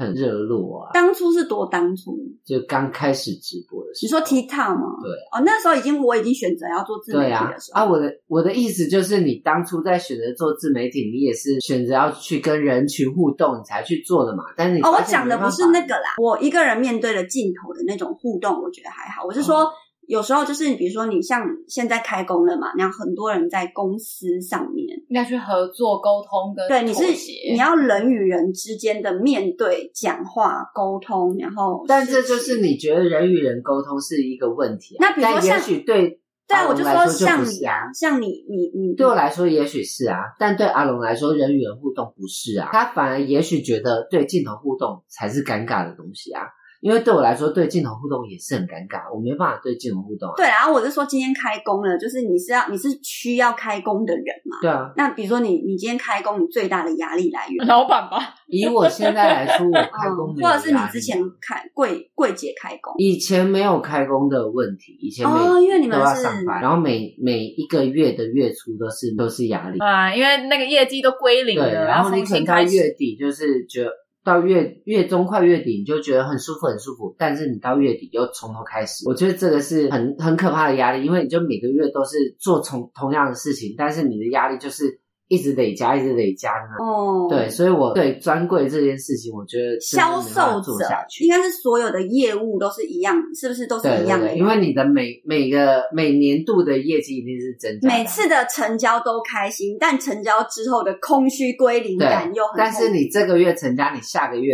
Speaker 3: 很热络啊，
Speaker 2: 当初是多当初，
Speaker 3: 就刚开始直播的时
Speaker 2: 你
Speaker 3: 候。
Speaker 2: 说 TikTok 吗？
Speaker 3: 对。
Speaker 2: 哦，那时候已经我已经选择要做自媒
Speaker 3: 对
Speaker 2: 体
Speaker 3: 啊
Speaker 2: 的时，候。
Speaker 3: 啊，我的我的意思就是，你当初在选择做自媒体，你也是选择要去跟人群互动，你才去做的嘛。但是你
Speaker 2: 哦，我
Speaker 3: 发现
Speaker 2: 讲
Speaker 3: 没
Speaker 2: 的
Speaker 3: 办
Speaker 2: 不是
Speaker 3: 法
Speaker 2: 那个啦，我一个人面对着镜头的那种互动，我觉得还好。我是
Speaker 3: 哦
Speaker 2: 说，有时候就是比如说你像现在开工了嘛，然后很多人在公司上面，
Speaker 4: 应该去合作、沟通跟
Speaker 2: 对，你是
Speaker 4: 妥协
Speaker 2: 你要人与人之间的面对、讲话、沟通，然后
Speaker 3: 但
Speaker 2: 事
Speaker 3: 这就是
Speaker 2: 情
Speaker 3: 你觉得人与人沟通是一个问题、啊。
Speaker 2: 那比如说
Speaker 3: 但也
Speaker 2: 像
Speaker 3: 许对
Speaker 2: 对
Speaker 3: 阿
Speaker 2: 啊，我
Speaker 3: 龙
Speaker 2: 就
Speaker 3: 来说
Speaker 2: 说
Speaker 3: 就
Speaker 2: 像
Speaker 3: 不是
Speaker 2: 你啊，像你，你你
Speaker 3: 对我来说也许是啊，但对阿龙来说，人与人互动不是啊，他反而也许觉得对镜头互动才是尴尬的东西啊。因为对我来说，对镜头互动也是很尴尬，我没办法对镜头互动啊。
Speaker 2: 对，然后我是说今天开工了，就是你是要你是需要开工的人嘛？
Speaker 3: 对啊，
Speaker 2: 那比如说你你今天开工，你最大的压力来源
Speaker 1: 老板吧，
Speaker 3: 以我现在来说，我嗯开工
Speaker 2: 嗯，
Speaker 3: 没有
Speaker 2: 或者是你
Speaker 3: 压力
Speaker 2: 之前
Speaker 3: 啊
Speaker 2: 开柜柜姐开工
Speaker 3: 以前没有开工的问题，以前每
Speaker 2: 哦，因为你
Speaker 3: 都
Speaker 2: 们
Speaker 3: 要
Speaker 2: 是
Speaker 3: 上班，然后每每一个月的月初都是都是压力，
Speaker 2: 呃
Speaker 1: 啊，因为那个业绩都归零了，
Speaker 3: 对，然后你
Speaker 1: 重
Speaker 3: 可能
Speaker 1: 新
Speaker 3: 到
Speaker 1: 开始。
Speaker 3: 月底就是觉得到月月中快月底，你就觉得很舒服很舒服，但是你到月底又从头开始，我觉得这个是很很可怕的压力，因为你就每个月都是做同同样的事情，但是你的压力就是一直累加，一直累加呢。
Speaker 2: 哦，
Speaker 3: 对，，所以我对专柜这件事情，我觉得真的
Speaker 2: 销
Speaker 3: 没办法
Speaker 2: 售
Speaker 3: 做
Speaker 2: 者
Speaker 3: 下去
Speaker 2: 应。该是所有的业务都是一样，是不是都是
Speaker 3: 对
Speaker 2: 一
Speaker 3: 对
Speaker 2: 样的？
Speaker 3: 对，因为你的每每个每年度的业绩一定是增加的啊，
Speaker 2: 每次的成交都开心，但成交之后的空虚归零
Speaker 3: 对
Speaker 2: 感又很，
Speaker 3: 但是你这个月成交，你下个月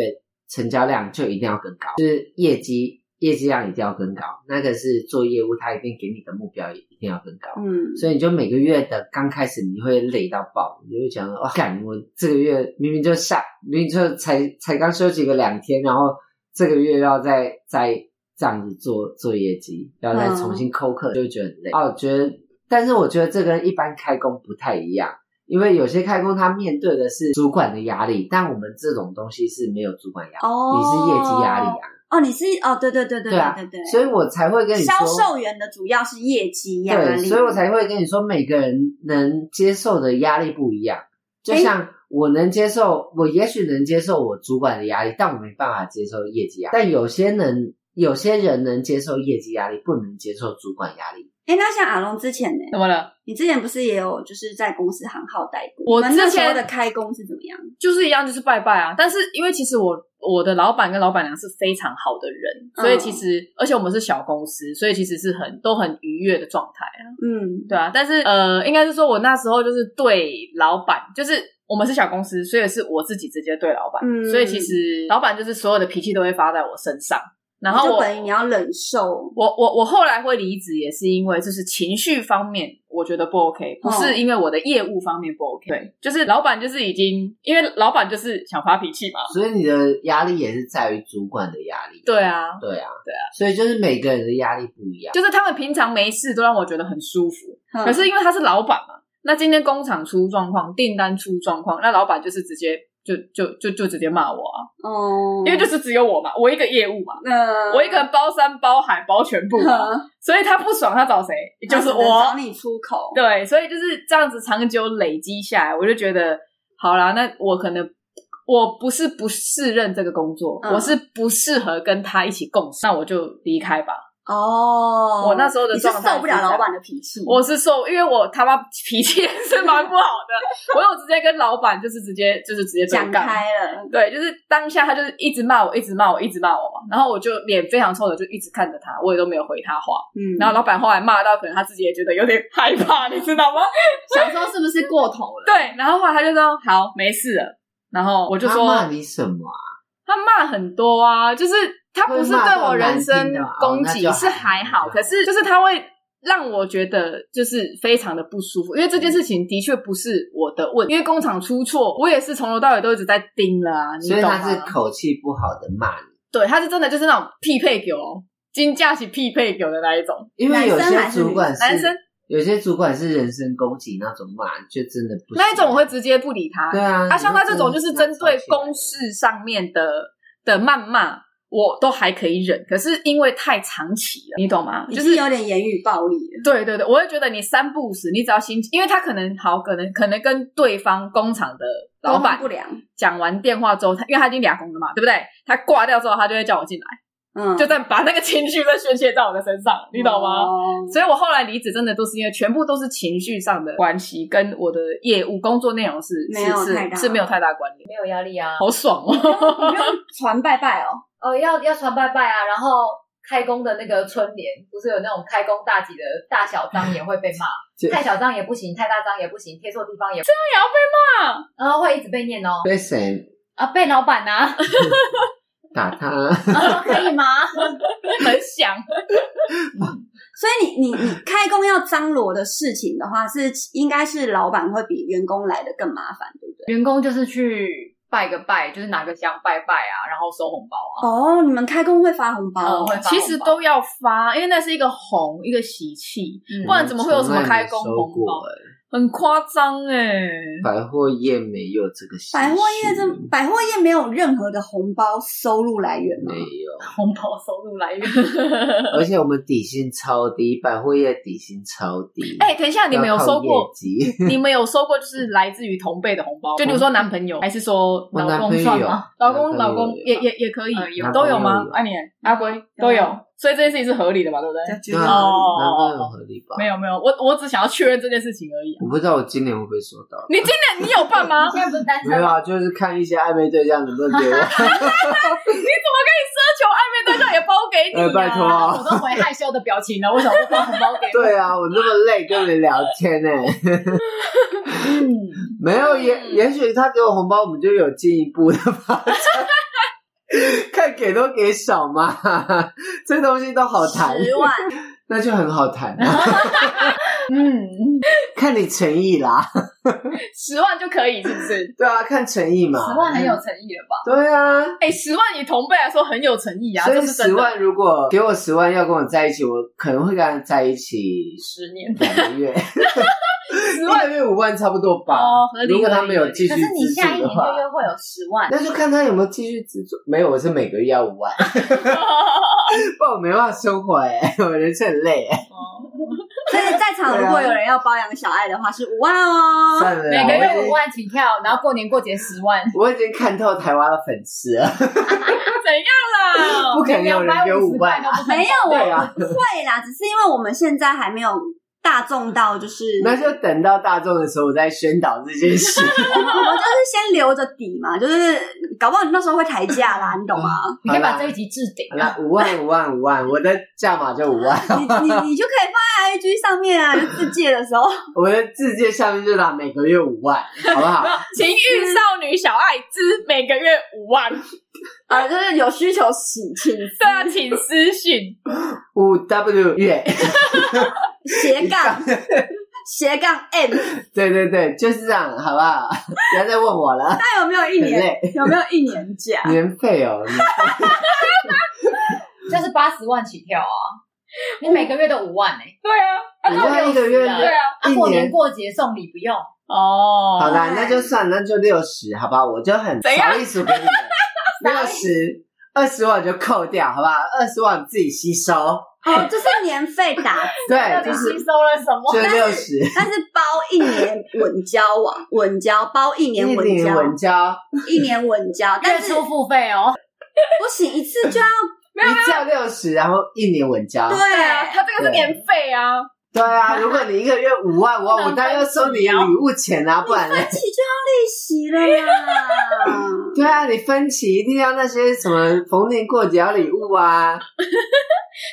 Speaker 3: 成交量就一定要更高，就是业绩业绩量一定要更高。那个是做业务，他一定给你的目标也一定要更高。
Speaker 2: 嗯，
Speaker 3: 所以你就每个月的刚开始你会累到爆，你就会觉得哦，干我这个月明明就下，明明就才才刚休息个两天，然后这个月要再再这样子做做业绩，要再重新扣课，就会觉得
Speaker 2: 嗯
Speaker 3: 很累。哦，觉得，但是我觉得这跟一般开工不太一样。因为有些开工他面对的是主管的压力，但我们这种东西是没有主管压力，
Speaker 2: 哦，
Speaker 3: 你是业绩压力啊，
Speaker 2: 哦，你是哦，对对对对
Speaker 3: 对啊
Speaker 2: 对对，
Speaker 3: 所以我才会跟你说，
Speaker 2: 销售员的主要是业绩压力，
Speaker 3: 对，所以我才会跟你说，每个人能接受的压力不一样。就像我能接受，我也许能接受我主管的压力，但我没办法接受业绩压力。但有些能，有些人能接受业绩压力，不能接受主管压力。
Speaker 2: 哎，那像阿龙之前呢？
Speaker 1: 怎么了？
Speaker 2: 你之前不是也有就是在公司行号待过？
Speaker 1: 我
Speaker 2: 你们那
Speaker 1: 之
Speaker 2: 时候
Speaker 1: 前
Speaker 2: 的开工是怎么样？
Speaker 1: 就是一样，就是拜拜啊。但是因为其实我我的老板跟老板娘是非常好的人，
Speaker 2: 嗯
Speaker 1: 所以其实、而且我们是小公司，所以其实是很都很愉悦的状态啊。
Speaker 2: 嗯，
Speaker 1: 对啊，但是呃，应该是说我那时候就是对老板，就是我们是小公司，所以是我自己直接对老板，
Speaker 2: 嗯
Speaker 1: 所以其实老板就是所有的脾气都会发在我身上。然后
Speaker 2: 就
Speaker 1: 我
Speaker 2: 本来你要忍受，
Speaker 1: 我我我后来会离职，也是因为就是情绪方面我觉得不 OK，不是
Speaker 2: 嗯
Speaker 1: 因为我的业务方面不 OK，、对，就是老板就是已经因为老板就是想发脾气嘛，
Speaker 3: 所以你的压力也是在于主管的压力。
Speaker 1: 对啊，
Speaker 3: 对啊，
Speaker 1: 对啊。
Speaker 3: 所以就是每个人的压力不一样。
Speaker 1: 就是他们平常没事都让我觉得很舒服，
Speaker 2: 嗯
Speaker 1: 可是因为他是老板嘛，那今天工厂出状况，订单出状况，那老板就是直接就就就就直接骂我啊，
Speaker 2: 哦，
Speaker 1: 因为就是只有我嘛，我一个业务嘛，
Speaker 2: 呃，
Speaker 1: 我一个人包山包海包全部嘛，
Speaker 2: 嗯
Speaker 1: 所以他不爽他找谁？就是
Speaker 2: 他只能找
Speaker 1: 我。
Speaker 2: 你出口，
Speaker 1: 对，所以就是这样子长久累积下来，我就觉得好啦，那我可能。我不是不适任这个工作，
Speaker 2: 嗯
Speaker 1: 我是不适合跟他一起共事，那我就离开吧。
Speaker 2: 哦，
Speaker 1: 我那时候的
Speaker 2: 你是
Speaker 1: 状态
Speaker 2: 受不了
Speaker 1: 是这样
Speaker 2: 老板的脾气，
Speaker 1: 我是受，因为我他妈脾气也是蛮不好的，我有直接跟老板就是直接就是直接对
Speaker 2: 讲
Speaker 1: 干，
Speaker 2: 开了，
Speaker 1: 对，就是当下他就是一直骂我，一直骂我，一直骂我嘛，然后我就脸非常臭的就一直看着他，我也都没有回他话，
Speaker 2: 嗯，
Speaker 1: 然后老板后来骂到可能他自己也觉得有点害怕，你知
Speaker 3: (laughs)
Speaker 1: 道吗？
Speaker 2: 想说是不是
Speaker 1: (laughs)
Speaker 2: 过头了？
Speaker 1: 对，然后后来他就说好没事了，然后我就
Speaker 3: 他
Speaker 1: 说
Speaker 3: 骂你什么啊？
Speaker 1: 他他骂很多啊，就是他不是
Speaker 3: 会骂
Speaker 1: 对
Speaker 3: 到
Speaker 1: 我人
Speaker 3: 难
Speaker 1: 身
Speaker 3: 听的哦
Speaker 1: 攻
Speaker 3: 那
Speaker 1: 击、
Speaker 3: 就还好
Speaker 1: 是还好，
Speaker 3: 那就
Speaker 1: 可是就是他会让我觉得就是非常的不舒服，因为这件事情的确不是我的问，因为工厂出错，我也是从头到尾都一直在盯了啊，你
Speaker 3: 所以
Speaker 1: 懂
Speaker 3: 他
Speaker 1: 吗？
Speaker 3: 是口气不好的骂你，
Speaker 1: 对，他是真的就是那种匹配狗哦，金价是匹配狗的那一种
Speaker 3: 因为有些主管是
Speaker 1: 男生，
Speaker 3: 有些主管是人身攻击那种骂，就真的不行
Speaker 1: 那一种我会直接不理他。
Speaker 3: 对啊，
Speaker 2: 嗯
Speaker 1: 啊，像他这种就是针对公
Speaker 3: 司，
Speaker 1: 事上面的的谩骂，我都还可以忍，可是因为太长期了，你懂吗？
Speaker 2: 就
Speaker 1: 就是是
Speaker 2: 有点言语暴力了。
Speaker 1: 对对对，我会觉得你三不五时，你只要心，因为他可能好，可能可能跟对方工厂的老
Speaker 2: 沟通
Speaker 1: 板
Speaker 2: 不良，
Speaker 1: 讲完电话之后，他因为他已经俩工了嘛，对不对？他挂掉之后，他就会叫我进来，
Speaker 2: 嗯，
Speaker 1: 就这样把那个情绪都宣泄到我的身上，你懂吗？
Speaker 2: 哦
Speaker 1: 所以我后来离职，真的都是因为全部都是情绪上的关系，跟我的业务工作内容是
Speaker 2: 没有
Speaker 1: 是
Speaker 2: 太大
Speaker 1: 是是没有太大关联，
Speaker 4: 没有压力啊。
Speaker 1: 好爽哦！
Speaker 2: 你用传拜拜哦，
Speaker 4: 哦，要要传拜拜啊，然后开工的那个春联，不是有那种开工大吉的大小张也会被骂
Speaker 3: (laughs) 就，
Speaker 4: 太小张也不行，太大张也不行，贴错地方也，
Speaker 1: 也要被
Speaker 4: 然后会一直被念哦，
Speaker 3: 被谁
Speaker 4: 啊，被老板 (laughs) 呐、
Speaker 3: 打他？
Speaker 4: 啊，
Speaker 3: (laughs)
Speaker 4: 可以吗？
Speaker 1: 很想，
Speaker 2: 所以你你你开工要张罗的事情的话，是应该是老板会比员工来的更麻烦，对不对？
Speaker 4: 员工就是去 (laughs) 拜个拜，就是拿个香拜拜啊，然后收红包啊，
Speaker 2: 哦，你们开工会发红包哦、
Speaker 4: 嗯会发
Speaker 1: 呃其实都要发，因为那是一个红，一个喜气，(laughs)
Speaker 4: 嗯
Speaker 1: 不然怎么会有什么开工
Speaker 3: 我从来没收
Speaker 1: 红包
Speaker 3: 过？哎
Speaker 1: 很夸张哎。
Speaker 3: (laughs) 百货业没有这个习俗，
Speaker 2: 百货业这百货业没有任何的红包收入来源吗
Speaker 3: 没？有，
Speaker 4: 红包收入来源。
Speaker 3: 而且我们底薪超低，百货业底薪超低。
Speaker 1: (laughs) 哎、等一下，你们有收
Speaker 3: 要靠
Speaker 1: 过
Speaker 3: 业？绩嗯
Speaker 1: 你们有收过就是来自于同辈的红包？就比如说男朋友，还是说
Speaker 3: 我
Speaker 1: 老
Speaker 3: 男
Speaker 1: 公
Speaker 3: 朋
Speaker 1: 算
Speaker 3: 友
Speaker 1: 吗？老公，
Speaker 3: 男
Speaker 1: 老
Speaker 3: 朋友嗯
Speaker 1: 公也也也可以
Speaker 4: 呃，有
Speaker 1: 都有
Speaker 3: 男
Speaker 1: 吗
Speaker 3: 朋友？有
Speaker 1: 阿年、阿龟都有，
Speaker 4: 啊
Speaker 1: 所以这件事情是合理的嘛？对不对？
Speaker 2: 觉
Speaker 3: 对啊，
Speaker 1: 哦
Speaker 3: 男朋友合理吧？
Speaker 1: 没有没有，我我只想要确认这件事情而已、啊。
Speaker 3: 我不知道我今年会不会收到。
Speaker 1: 你今
Speaker 3: (laughs)
Speaker 1: 天你有办吗？
Speaker 4: 你现在不是单
Speaker 3: 没有
Speaker 4: 身吗？
Speaker 3: 啊，就是看一些暧昧对象能不能给
Speaker 1: 奢
Speaker 3: 我。
Speaker 1: 求暧昧对象也包给你、啊
Speaker 3: 呃拜托啊
Speaker 1: 我都回害羞的表情了，为什么不包红包给我？
Speaker 3: (laughs) 对啊，我那么累跟你聊天呢、
Speaker 1: 嗯，
Speaker 3: 没有也也许他给我红包，我们就有进一步的发展。 (laughs) 看给多给少嘛， (laughs) 这东西都好谈，
Speaker 2: 十万，
Speaker 3: (laughs) 那就很好谈、啊，
Speaker 4: 嗯，
Speaker 3: 看你诚意啦。
Speaker 1: 十万就可以是不是？
Speaker 3: 对啊，看诚意嘛。
Speaker 4: 十万很有诚意了吧？
Speaker 3: 对啊，
Speaker 1: 哎、十万以同辈来说很有诚意啊，
Speaker 3: 所
Speaker 1: 这
Speaker 3: 以
Speaker 1: 是真
Speaker 3: 十
Speaker 1: 的。
Speaker 3: 万如果给我十万要跟我在一起，我可能会跟他在一起
Speaker 1: 十年
Speaker 3: 两个月， (laughs)
Speaker 1: 十
Speaker 3: 一
Speaker 1: 万
Speaker 3: 个月五万差不多吧。
Speaker 1: 哦，合理。
Speaker 3: 如果他没有
Speaker 1: 合理
Speaker 3: 继续
Speaker 4: 可是你
Speaker 3: 资
Speaker 4: 下一
Speaker 3: 助
Speaker 4: 年
Speaker 3: 的话
Speaker 4: 就，约会有十万，
Speaker 3: (laughs) 那就看他有没有继续资助。没有，我是每个月要五
Speaker 4: (laughs)
Speaker 3: 万，不然我没办法生活哎、 (laughs) 我人生很累哎、
Speaker 4: 啊
Speaker 1: 哦
Speaker 2: 所以在场如果有人要包养小爱的话，是五万哦。
Speaker 3: 算了啦，
Speaker 4: 每个
Speaker 3: 我已
Speaker 4: 月
Speaker 3: 经
Speaker 4: 五万起
Speaker 1: 哦
Speaker 4: 跳，然后过年过节十万。
Speaker 3: 我已经看透台湾的粉丝了，
Speaker 1: 怎样
Speaker 4: 哦
Speaker 1: 啦？
Speaker 3: 不可能有人给五万啊！
Speaker 2: 没有，我
Speaker 3: 对啊，
Speaker 2: 会啦，只是因为我们现在还没有大众到，就是
Speaker 3: 那就等到大众的时候，我再宣导这件
Speaker 4: (laughs)
Speaker 3: 事。
Speaker 2: 我们就是先留着底嘛，就是搞不好你那时候会抬价啦，你懂吗？
Speaker 4: 你可以把这一集置顶
Speaker 3: 好
Speaker 4: 啊。
Speaker 3: 啦，五万五万五万，我的价码就五万，
Speaker 2: (laughs) 你你你就可以放在 IG 上面啊，就自介的时候，
Speaker 3: 我的字界下面就打每个月五万，好不好？
Speaker 1: 情欲少女小爱之每个月五万，
Speaker 2: (laughs) 啊，就是有需求请请
Speaker 1: 对啊，请私信。
Speaker 3: 五 W 月， (laughs)
Speaker 2: (laughs) 斜杠斜杠 M，
Speaker 3: 对对对，就是这样，好不好？不要再问我了，
Speaker 4: (laughs)
Speaker 2: 那有没有一
Speaker 3: 很
Speaker 2: 年
Speaker 3: 累，
Speaker 2: 有没有一年假？
Speaker 3: 年费哦，年
Speaker 4: 就是八十万起跳啊！你每个月都五万呢、欸
Speaker 1: 对啊，
Speaker 3: 费五万一个月，
Speaker 1: 对啊，
Speaker 4: 啊，
Speaker 3: 一
Speaker 4: 过
Speaker 3: 年
Speaker 4: 年过节送礼不用，
Speaker 1: 哦，
Speaker 3: 好啦，那就算，那就六十，好吧？我就很
Speaker 1: 怎样
Speaker 3: 少一数给你们，六十。二十万就扣掉，好不好？二十万自己吸收，
Speaker 2: 哦，就是年费打，
Speaker 4: 到
Speaker 3: 对，
Speaker 4: 底
Speaker 3: 就是
Speaker 4: 吸收了什么？
Speaker 3: 就六十，
Speaker 2: 但是包一年稳交往，稳交包一
Speaker 3: 一
Speaker 2: 年稳
Speaker 3: 年
Speaker 2: 交，
Speaker 3: 稳交，
Speaker 2: 一年稳交，
Speaker 4: 月
Speaker 2: 但是
Speaker 4: 初付费哦，
Speaker 2: 不行一次就要
Speaker 3: 一叫六十，然后一年稳交，
Speaker 1: 对啊，
Speaker 2: 对。
Speaker 1: 他这个是年费啊，
Speaker 3: 对啊。如果你一个月五万，我我当然要收你的礼物钱啊，不然呢？
Speaker 2: 自己就要利息了啦， (laughs)
Speaker 3: 对啊，你分期一定要那些什么逢年过节要礼物啊，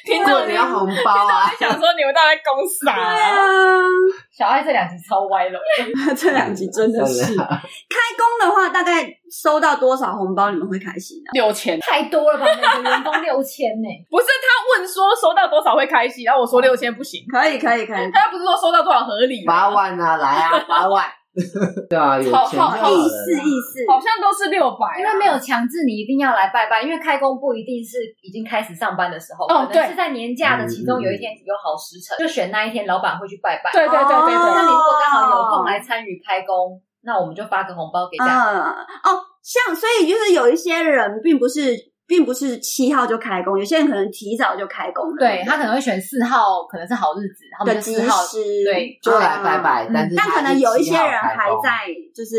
Speaker 1: 听
Speaker 3: 过
Speaker 1: 众
Speaker 3: 年红包啊，
Speaker 1: 想说你们到底在攻啥啊？
Speaker 2: 啊，
Speaker 4: 小爱这两集超歪了，
Speaker 2: (laughs) 这两集真的是开
Speaker 3: 真
Speaker 2: 工的话，大概收到多少红包你们会开心啊？
Speaker 1: 六千
Speaker 4: 太多了吧？每个员工六千呢，
Speaker 1: 不是他问说收到多少会开心，然后我说六千不行，
Speaker 2: 可以，可以，可以。
Speaker 1: 他又不是说收到多少合理
Speaker 3: 八
Speaker 4: 哦
Speaker 1: 吗？
Speaker 3: 万啊，来啊，八万。 (laughs) 对啊，有钱就
Speaker 1: 好
Speaker 3: 好
Speaker 1: 好
Speaker 3: 了
Speaker 2: 意
Speaker 1: 意
Speaker 2: 思
Speaker 3: 啦。
Speaker 2: 意思，
Speaker 4: 哦
Speaker 1: 好像都是六百、啊
Speaker 4: 因为没有强制你一定要来拜拜，因为开工不一定是已经开始上班的时候，
Speaker 1: 哦
Speaker 4: 可
Speaker 1: 对
Speaker 4: 能是在年假的其中有一天有好时辰，就选那一天老板会去拜拜。
Speaker 1: 对对对对对
Speaker 4: 那你如果刚好有空
Speaker 2: 哦
Speaker 4: 来参与开工，那我们就发个红包给大家。
Speaker 2: 嗯，哦，像所以就是有一些人并不是并不是七号就开工，有些人可能提早就开工了，
Speaker 4: 对他可能会选四号，可能是好日子，他们
Speaker 2: 的
Speaker 4: 就
Speaker 2: 及
Speaker 4: 四号。
Speaker 2: 时，
Speaker 4: 对
Speaker 3: 就来拜。拜，但是
Speaker 2: 但
Speaker 3: 他
Speaker 2: 啊可能
Speaker 3: 是
Speaker 2: 有一
Speaker 3: 7
Speaker 2: 些
Speaker 3: 号
Speaker 2: 人
Speaker 3: 开
Speaker 2: 还
Speaker 3: 工
Speaker 2: 在就是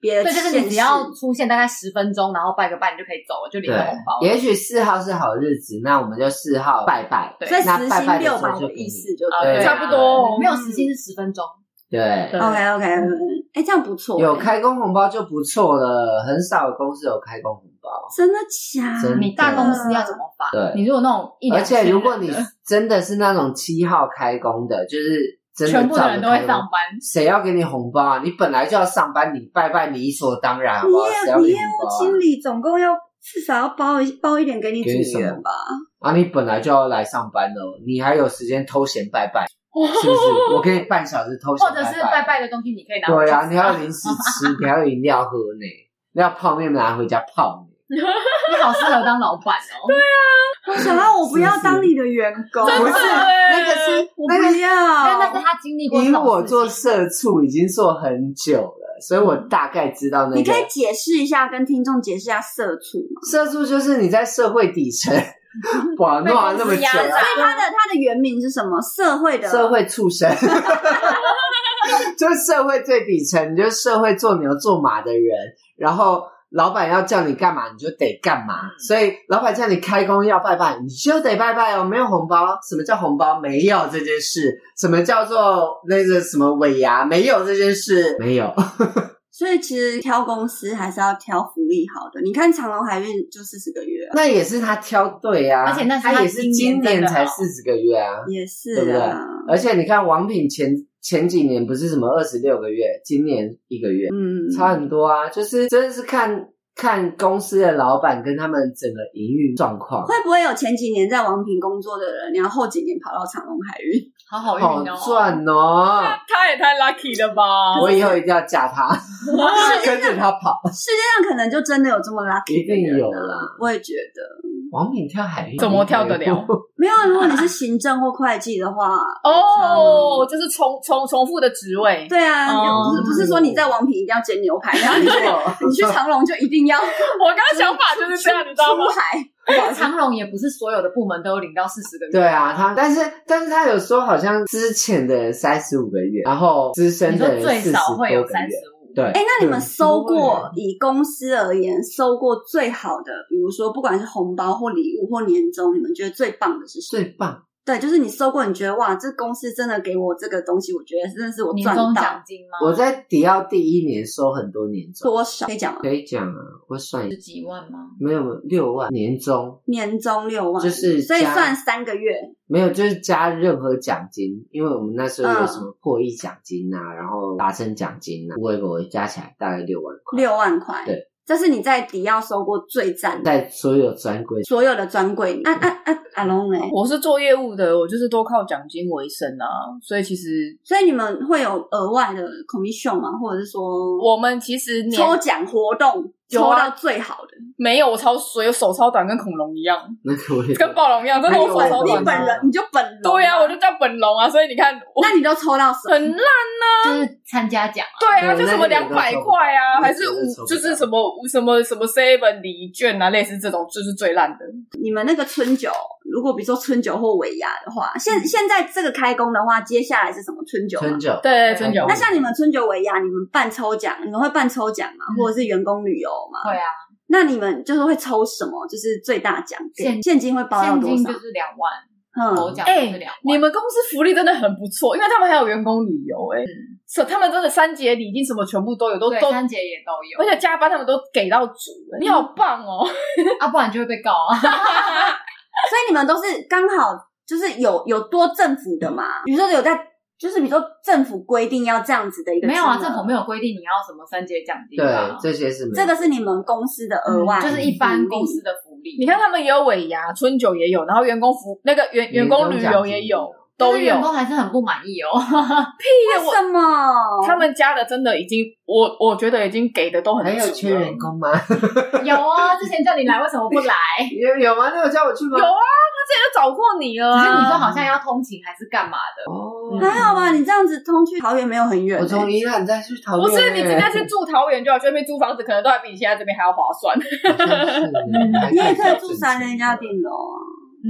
Speaker 2: 别的
Speaker 4: 对，就是
Speaker 2: 县
Speaker 4: 你只
Speaker 2: 市，
Speaker 4: 要出现大概十分钟，然后拜个拜，你就可以走了，就领
Speaker 3: 对
Speaker 4: 个红包，。
Speaker 3: 也许四号是好日子，那我们就四号拜拜。
Speaker 1: 对
Speaker 2: 所以
Speaker 3: 那
Speaker 2: 时
Speaker 3: 拜拜
Speaker 2: 薪
Speaker 3: 的时
Speaker 2: 六
Speaker 3: 候
Speaker 2: 百
Speaker 3: 就
Speaker 2: 的
Speaker 3: 给
Speaker 2: 意
Speaker 3: 你
Speaker 2: 思就
Speaker 4: 对啊
Speaker 1: 差不多哦
Speaker 4: 没有时间是十分钟。
Speaker 3: 对，
Speaker 1: 对
Speaker 2: OK OK，哎，这样不错，
Speaker 3: 有开工红包就不错了，很少有公司有开工红包。
Speaker 2: 真的假？
Speaker 1: 嗯
Speaker 3: 真的
Speaker 4: 你大公司
Speaker 1: 啊
Speaker 4: 要怎么发？
Speaker 3: 对
Speaker 4: 你如果那种一
Speaker 3: 而
Speaker 4: 两
Speaker 3: 且
Speaker 4: 千人的，
Speaker 3: 如果你真的是那种七号开工的，就是真的
Speaker 4: 全部
Speaker 3: 照
Speaker 4: 的
Speaker 3: 着
Speaker 4: 人都会
Speaker 3: 开工
Speaker 4: 上班，
Speaker 3: 谁要给你红包啊？你本来就要上班，你拜拜理所当然，好不好？谁要
Speaker 2: 你
Speaker 3: 给
Speaker 2: 业
Speaker 3: 你红
Speaker 2: 务
Speaker 3: 包啊
Speaker 2: 经理总共要至少要包一包一点给你
Speaker 3: 给你
Speaker 2: 组
Speaker 3: 什
Speaker 2: 员
Speaker 3: 么
Speaker 2: 吧？
Speaker 3: 啊？啊，你本来就要来上班了，你还有时间偷闲拜
Speaker 4: (laughs)
Speaker 3: 拜？是不是？我给你半小时偷闲
Speaker 4: 或者是
Speaker 3: 拜
Speaker 4: 拜拜的东西，你可以拿回
Speaker 3: 对
Speaker 4: 去
Speaker 3: 啊，
Speaker 4: 吃
Speaker 3: 你还有零食吃，你还有饮料喝呢，那泡面拿回家泡呢。
Speaker 4: 你好适合当老板哦。对，
Speaker 2: 小安，我不要
Speaker 3: 是
Speaker 2: 当你的员工，
Speaker 3: 不是
Speaker 4: (laughs)
Speaker 1: 欸
Speaker 3: 那个是
Speaker 2: 我
Speaker 3: 那
Speaker 2: 不
Speaker 4: 但
Speaker 2: 要
Speaker 4: 但。是他经历过这
Speaker 3: 因为
Speaker 4: 种
Speaker 3: 我
Speaker 4: 事
Speaker 3: 做
Speaker 4: 情
Speaker 3: 社畜已经做很久了，所以我大概知道那
Speaker 2: 你可以
Speaker 3: 个
Speaker 2: 解释一下，跟听众解释一下社畜嘛？
Speaker 3: 社畜就是你在社会底
Speaker 4: (laughs)
Speaker 3: 层玩弄那么
Speaker 4: 被公司
Speaker 3: 久
Speaker 4: 压榨
Speaker 3: 啊，
Speaker 2: 所以它的它的原名是什么？社会的
Speaker 3: 社会畜
Speaker 4: (laughs)
Speaker 3: 生，就是社会最底层，你就是社会做牛做马的人，然后。老板要叫你干嘛，你就得干嘛。
Speaker 4: 嗯
Speaker 3: 所以老板叫你开工要拜拜，你就得拜拜哦。没有红包，什么叫红包？没有这件事。什么叫做那个什么尾牙？没有这件事，没有。
Speaker 2: 所以其实挑公司还是要挑福利好的。你看长隆海运就四十个月、啊，
Speaker 3: 那也是他挑对啊，
Speaker 4: 而且那是
Speaker 3: 他
Speaker 4: 他
Speaker 3: 也是今
Speaker 4: 今年
Speaker 3: 年
Speaker 4: 真的
Speaker 3: 才
Speaker 4: 哦
Speaker 3: 四十个月啊。
Speaker 2: 也是
Speaker 3: 对不对
Speaker 2: 啊，
Speaker 3: 而且你看王品前前几年不是什么二十六个月，今年一个月，
Speaker 2: 嗯，
Speaker 3: 差很多啊。就是真的是看看公司的老板跟他们整个营运状况，
Speaker 2: 会不会有前几年在王品工作的人，然后后几年跑到长隆海运？
Speaker 4: 好好
Speaker 3: 好
Speaker 4: 运哦，
Speaker 3: 赚哦。
Speaker 1: 他也太 lucky 了吧！
Speaker 3: 我以后一定要嫁他，跟着他跑，
Speaker 2: 世界上可能就真的有这么 lucky
Speaker 3: 一
Speaker 2: 的
Speaker 3: 定
Speaker 2: 人、啊、
Speaker 3: 有啦。
Speaker 2: 我也觉得，
Speaker 3: 王品跳海运
Speaker 1: 怎么跳得
Speaker 4: 啊
Speaker 1: 了？
Speaker 2: 没有。啊如果你是行政或会计的
Speaker 3: (laughs)
Speaker 2: 话，
Speaker 1: 哦，就是重重重复的职位，
Speaker 2: 对啊，
Speaker 1: 哦
Speaker 2: 不是不是说你在王品一定要煎牛排，然后你去
Speaker 3: (laughs)
Speaker 2: 你去长隆就一定要
Speaker 1: (laughs) 我刚刚想法就是这样，你知道
Speaker 2: 出
Speaker 1: 吗？
Speaker 2: 海。
Speaker 4: 长荣也不是所有的部门都有领到四十个
Speaker 3: (laughs)
Speaker 4: 月，
Speaker 3: 对啊，他但是但是他有说好像之前的人三十五个月，然后资深
Speaker 4: 你
Speaker 3: 的
Speaker 4: 说
Speaker 3: 人
Speaker 4: 最
Speaker 3: 四十
Speaker 4: 少
Speaker 3: 多个
Speaker 4: 会有三
Speaker 3: 月
Speaker 4: 十，五，
Speaker 3: 对，嗯
Speaker 2: 哎、那你们
Speaker 3: 很
Speaker 2: 收
Speaker 3: 多
Speaker 2: 过
Speaker 3: 欸
Speaker 2: 以公司而言收过最好的，比如说不管是红包或礼物或年终，你们觉得最棒的是什么？
Speaker 3: 最棒？
Speaker 2: 对，就是你收过，你觉得哇，这公司真的给我这个东西，我觉得真的是我
Speaker 4: 年
Speaker 2: 赚
Speaker 4: 终
Speaker 2: 到
Speaker 4: 奖金吗？
Speaker 3: 我在迪奥第一年收很多年终，
Speaker 2: 多少？可以讲吗？
Speaker 3: 可以讲啊，我算一下
Speaker 4: 十，几万吗？
Speaker 3: 没有六万年终，
Speaker 2: 年终六万，
Speaker 3: 就是
Speaker 2: 所以
Speaker 3: 加
Speaker 2: 算三个月。
Speaker 3: 没有就是加任何奖金，因为我们那时
Speaker 1: 嗯
Speaker 3: 候有什么破亿奖金啊，然后达成奖金啊，微博加起来大概六万块，
Speaker 2: 六万块，
Speaker 3: 对，
Speaker 2: 这是你在迪奥收过最赞的
Speaker 3: 在所有专柜
Speaker 2: 所有的专柜。啊啊啊，阿龙嘞，
Speaker 1: 我是做业务的，我就是多靠奖金为生啊，所以其实
Speaker 2: 所以你们会有额外的 commission 吗？或者是说
Speaker 1: 我们其实年
Speaker 2: 抽奖活动
Speaker 1: 有
Speaker 2: 抽
Speaker 1: 啊
Speaker 2: 到最好的？
Speaker 1: 没有我超水，我手超短，跟恐龙一样，
Speaker 3: 那个
Speaker 1: (laughs)
Speaker 3: 我也
Speaker 1: 跟暴龙一样，真的我手
Speaker 3: 哎呦
Speaker 1: 超
Speaker 3: 我
Speaker 2: 你
Speaker 1: 短
Speaker 3: 懂。
Speaker 2: 本人你就本人啊
Speaker 1: 对啊，我就叫本龙啊，所以你看我
Speaker 2: 那你都抽到什么？
Speaker 1: 很烂。
Speaker 4: 就是参加奖啊，
Speaker 1: 对啊，
Speaker 3: 对
Speaker 1: 就什么
Speaker 3: 那个
Speaker 1: 两
Speaker 3: 有的
Speaker 1: 百
Speaker 3: 抽不
Speaker 1: 块啊，
Speaker 3: 到
Speaker 1: 还是
Speaker 3: 那个有的
Speaker 1: 五，
Speaker 3: 抽不
Speaker 1: 就是
Speaker 3: 到
Speaker 1: 什么五什么什么 seven 礼券啊，类似这种就是最烂的。
Speaker 2: 你们那个春酒，如果比如说春酒或尾牙的话，现、现在这个开工的话，接下来是什么春酒吗？
Speaker 3: 嗯春酒，
Speaker 1: 对，
Speaker 4: 对
Speaker 1: 春酒
Speaker 2: 那像你们春酒尾牙，你们办抽奖，你们会办抽奖吗？
Speaker 4: 嗯
Speaker 2: 或者是员工旅游吗？
Speaker 4: 会啊，
Speaker 2: 那你们就是会抽什么？就是最大奖给
Speaker 4: 现
Speaker 2: 现金会包到
Speaker 4: 现
Speaker 2: 多
Speaker 4: 金
Speaker 2: 少
Speaker 4: 就？是两万，头
Speaker 2: 嗯，
Speaker 4: 奖就
Speaker 1: 哎
Speaker 4: 是两
Speaker 1: 你
Speaker 4: 万。
Speaker 1: 们公司福利真的很不错，因为他们还有员工旅游、哎、是他们真的三节礼金什么全部都有，都
Speaker 4: 对，
Speaker 1: 都，
Speaker 4: 三姐也都有
Speaker 1: 而，且加班他们都给到足、哎你好棒哦！
Speaker 4: 啊，不然就会被告啊。
Speaker 2: 所以你们都是刚好就是有有多政府的嘛？比如说有在，就是比如说政府规定要这样子的一个
Speaker 4: 没有啊，
Speaker 2: 金额
Speaker 4: 政府没有规定你要什么三节奖金
Speaker 3: 对
Speaker 4: 啊，，
Speaker 3: 这些是没
Speaker 2: 这个是你们公司的额外、
Speaker 4: 嗯就是一般公司。的福利。
Speaker 1: 你看他们也有尾牙、春酒也有，然后员工服那个员员工旅游也有，都
Speaker 4: 但是
Speaker 1: 有
Speaker 4: 员。工还是很不满意哦。
Speaker 2: 为什么？
Speaker 1: 他们家的真的已经，我我觉得已经给的都很
Speaker 3: 还有
Speaker 1: 足
Speaker 3: 缺
Speaker 1: 了。
Speaker 3: 员工吗？
Speaker 4: (laughs)
Speaker 3: (laughs)
Speaker 4: 有啊，之前叫你来，为什么不 (laughs) 来？
Speaker 3: 有有吗？那有叫我去吗？
Speaker 1: 有啊，他之前就找过你了、
Speaker 4: 只
Speaker 1: 啊。
Speaker 4: 是你说好像要通勤还是干嘛的？
Speaker 3: 哦，
Speaker 2: 还好吧，你这样子通去桃园没有很远、欸
Speaker 3: 我从宜兰再去桃园
Speaker 1: 不
Speaker 3: 欸，
Speaker 1: 是你直接去住桃园就好，去那边租房子可能都还比你现在这边还要划算。
Speaker 3: 好像是
Speaker 2: 嗯你也可以住三人家。顶楼啊。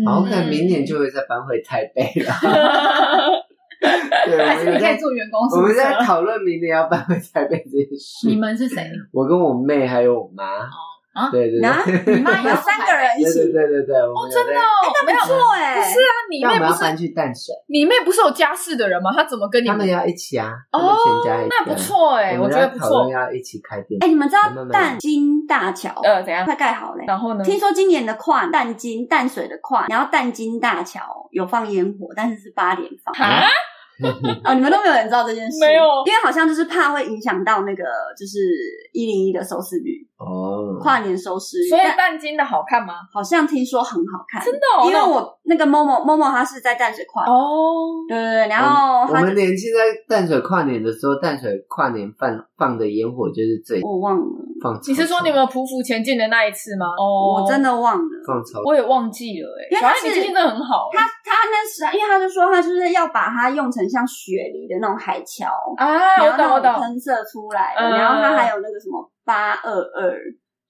Speaker 3: 然后可
Speaker 4: 嗯
Speaker 3: 能明年就会再搬回台北了。
Speaker 1: (laughs)
Speaker 3: 对，
Speaker 4: 还
Speaker 3: 我
Speaker 4: 是你
Speaker 3: 们
Speaker 4: 可以
Speaker 3: 在
Speaker 4: 住员
Speaker 3: (laughs)
Speaker 4: 工
Speaker 3: 我
Speaker 4: 宿
Speaker 3: 们
Speaker 4: 舍。
Speaker 3: 在讨论明年要搬回台北这件
Speaker 4: 你
Speaker 3: 事。
Speaker 1: 嗯
Speaker 4: 们是 (laughs) 谁？
Speaker 3: 我跟我妹还有我妈，
Speaker 1: 哦
Speaker 4: 啊
Speaker 3: 对对对
Speaker 2: 然后
Speaker 3: 对
Speaker 4: 你妈
Speaker 2: 你们
Speaker 4: 有
Speaker 2: 三个人一
Speaker 3: (laughs) 对
Speaker 2: 起，
Speaker 3: 对对对，我们有在。
Speaker 1: 哦，没有，
Speaker 2: 不错哎、
Speaker 1: 不是啊，你
Speaker 3: 但
Speaker 1: 妹
Speaker 3: 我们
Speaker 1: 不
Speaker 3: 要
Speaker 1: 是
Speaker 3: 搬去淡水，
Speaker 1: 你妹不是有家室的人吗？她怎么跟你
Speaker 3: 他们要一起啊，他们全家一起啊。
Speaker 1: 哦那不错哎、我
Speaker 3: 我们
Speaker 1: 觉
Speaker 3: 要
Speaker 1: 得不
Speaker 3: 讨论
Speaker 1: 错。
Speaker 3: 要一起开店
Speaker 2: 哎、。你们知
Speaker 3: 慢
Speaker 2: 道
Speaker 3: 慢来
Speaker 2: 淡金大桥
Speaker 1: 呃，怎样？
Speaker 2: 快盖好嘞、欸
Speaker 1: 然后呢？
Speaker 2: 听说今年的跨淡金淡水的跨，然后淡金大桥有放烟火，但是是八点放。
Speaker 1: 啊，
Speaker 2: (laughs) 哦，你们都没有人知道这件事，
Speaker 1: 没有
Speaker 2: 因为好像就是怕会影响到那个就是一零一的收视率，
Speaker 3: 哦，
Speaker 2: 跨年收视率。
Speaker 1: 嗯所以
Speaker 2: 但
Speaker 1: 淡金的好看吗？
Speaker 2: 好像听说很好看，
Speaker 1: 真的、哦，
Speaker 2: 因为我那个某某某某他是在淡水跨，
Speaker 1: 哦，
Speaker 2: 对对对，然后
Speaker 3: 我
Speaker 2: 他
Speaker 3: 们
Speaker 2: 就
Speaker 3: 年轻在淡水跨年的时候，淡水跨年放放的烟火就是最
Speaker 2: 我忘了，
Speaker 3: 放。
Speaker 1: 你是说你们匍匐前进的那一次吗？哦，
Speaker 2: 我真的忘了。
Speaker 3: 放超？
Speaker 1: 我也忘记了哎、
Speaker 2: 因为
Speaker 1: 小
Speaker 2: 他
Speaker 1: 安
Speaker 2: 是
Speaker 1: 你记性真的很好、欸。
Speaker 2: 他他那时，因为他就说他就是要把它用成像雪梨的那种海桥，
Speaker 1: 啊，我
Speaker 2: 然
Speaker 1: 懂
Speaker 2: 后
Speaker 1: 我懂
Speaker 2: 那种，喷射出来的，
Speaker 1: 嗯
Speaker 2: 然后它还有那个什么八二二，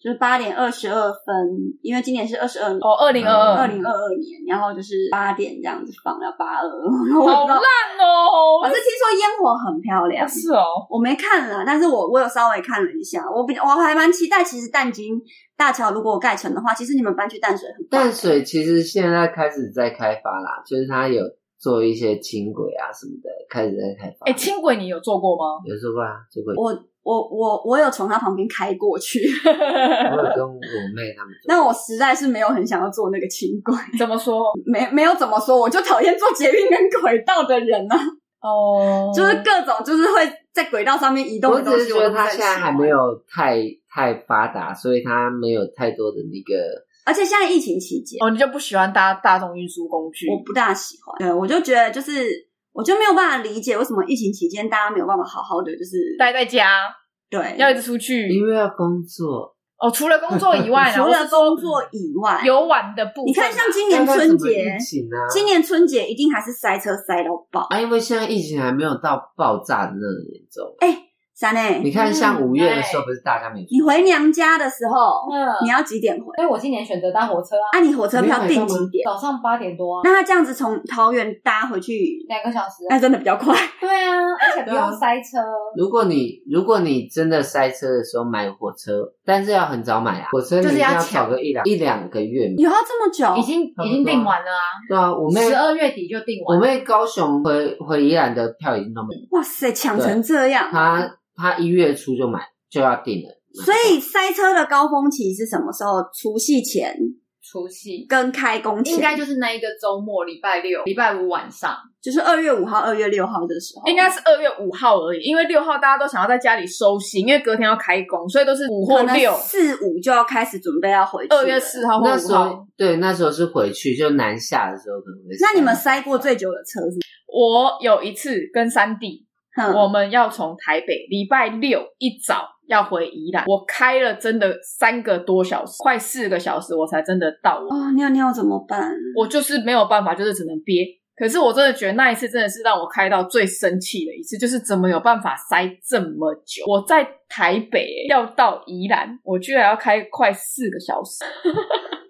Speaker 2: 就是八点二十二分，因为今年是二十二年。
Speaker 1: 哦，二零二
Speaker 2: 二
Speaker 1: 二，
Speaker 3: 嗯
Speaker 2: 零二二年，然后就是八点这样子放到八二， (laughs) 我
Speaker 1: 好
Speaker 2: 不知道。
Speaker 1: 烂哦
Speaker 2: 我，是听说烟火很漂亮，
Speaker 1: 是哦，
Speaker 2: 我没看啦，但是我我有稍微看了一下，我比我还蛮期待。其实淡金大桥如果盖成的话，其实你们搬去淡水很棒
Speaker 3: 淡水其实现在开始在开发啦，就是它有做一些轻轨啊什么的，开始在开发。
Speaker 1: 哎、轻轨你有坐过吗？
Speaker 3: 有做过啊，做过。
Speaker 2: 我我我我有从他旁边开过去， (laughs)
Speaker 3: 我有跟我妹他们做。
Speaker 2: 那我实在是没有很想要坐那个轻轨，
Speaker 1: 怎么说？
Speaker 2: 没没有怎么说，我就讨厌坐捷运跟轨道的人啊，
Speaker 1: 哦，
Speaker 2: 就是各种就是会在轨道上面移动
Speaker 3: 我
Speaker 2: 的东
Speaker 3: 只
Speaker 2: 西，
Speaker 3: 是觉得它
Speaker 2: 我
Speaker 3: 现在还没
Speaker 2: 有，
Speaker 3: 有太太发达，所以它没有太多的那个。
Speaker 2: 而且现在疫情期间，
Speaker 1: 哦，你就不喜欢搭大众运输工具？
Speaker 2: 我不大喜欢，对我就觉得就是。我就没有办法理解为什么疫情期间大家没有办法好好的，就是
Speaker 1: 待在家，
Speaker 2: 对，
Speaker 1: 要一直出去
Speaker 4: 嗯
Speaker 3: 因为要工作，
Speaker 1: 哦。除了工作以外
Speaker 3: 啊
Speaker 1: 呢，
Speaker 2: (laughs) 除
Speaker 1: 我
Speaker 2: 了
Speaker 1: 是说
Speaker 2: 工作以外，
Speaker 1: 游玩的部分，
Speaker 2: 你看像今年
Speaker 3: 但它
Speaker 2: 春
Speaker 3: 怎么
Speaker 2: 节
Speaker 3: 疫，情啊，
Speaker 2: 今年春节一定还是塞车塞到爆。
Speaker 3: 啊，因为现在疫情还没有到爆炸的那种严重。
Speaker 4: 哎
Speaker 2: 三内，
Speaker 3: 你看，像五月的时候，不是大家没
Speaker 2: 你回娘家的时候，
Speaker 4: 嗯
Speaker 2: 你，要几点回？
Speaker 4: 所以我今年选择搭火车啊，
Speaker 2: 啊，你火车票
Speaker 3: 哎
Speaker 2: 定几点？
Speaker 4: 早上八点多啊，
Speaker 2: 那他这样子从桃园搭回去，
Speaker 4: 两个小时啊。
Speaker 2: 那真的比较快。
Speaker 4: 对啊，而且不
Speaker 3: 对啊
Speaker 4: 用塞车。
Speaker 3: 如果你如果你真的塞车的时候买火车，但是要很早买啊，火车你
Speaker 4: 就是
Speaker 3: 一定
Speaker 4: 要
Speaker 3: 要
Speaker 4: 抢
Speaker 3: 找个一两一两个月嘛。
Speaker 2: 有要这么久？
Speaker 4: 已经
Speaker 3: 差不多啊
Speaker 4: 已经订完了啊，
Speaker 3: 对啊，我妹
Speaker 4: 十二月底就订
Speaker 3: 我
Speaker 4: 完了。
Speaker 3: 妹高雄回回宜兰的票已经都没了，
Speaker 2: 哇塞，抢成这样！
Speaker 3: 她她一月初就买就要订了，
Speaker 2: 所以塞车的高峰期是什么时候？除夕前
Speaker 4: 除夕
Speaker 2: 跟开工前，
Speaker 4: 应该就是那一个周末，礼拜六、礼拜五晚上。
Speaker 2: 就是二月五号、二月六号的时候，
Speaker 1: 应该是二月五号而已，因为六号大家都想要在家里收心，因为隔天要开工，所以都是五或
Speaker 2: 可能
Speaker 1: 六，
Speaker 2: 四五就要开始准备要回去。
Speaker 1: 二月。四号或
Speaker 3: 那时
Speaker 1: 五号。
Speaker 3: 候对那时候是回去就南下的时候可能会。
Speaker 2: 那你们塞过最久的车是？
Speaker 1: 我有一次跟三弟，
Speaker 2: 哼
Speaker 1: 我们要从台北礼拜六一早要回宜兰，我开了真的三个多小时，快四个小时，我才真的到我。
Speaker 2: 哦，尿尿怎么办？
Speaker 1: 我就是没有办法，就是只能憋。可是我真的觉得那一次真的是让我开到最生气的一次，就是怎么有办法塞这么久？我在台北要到宜兰，我居然要开快四个小时，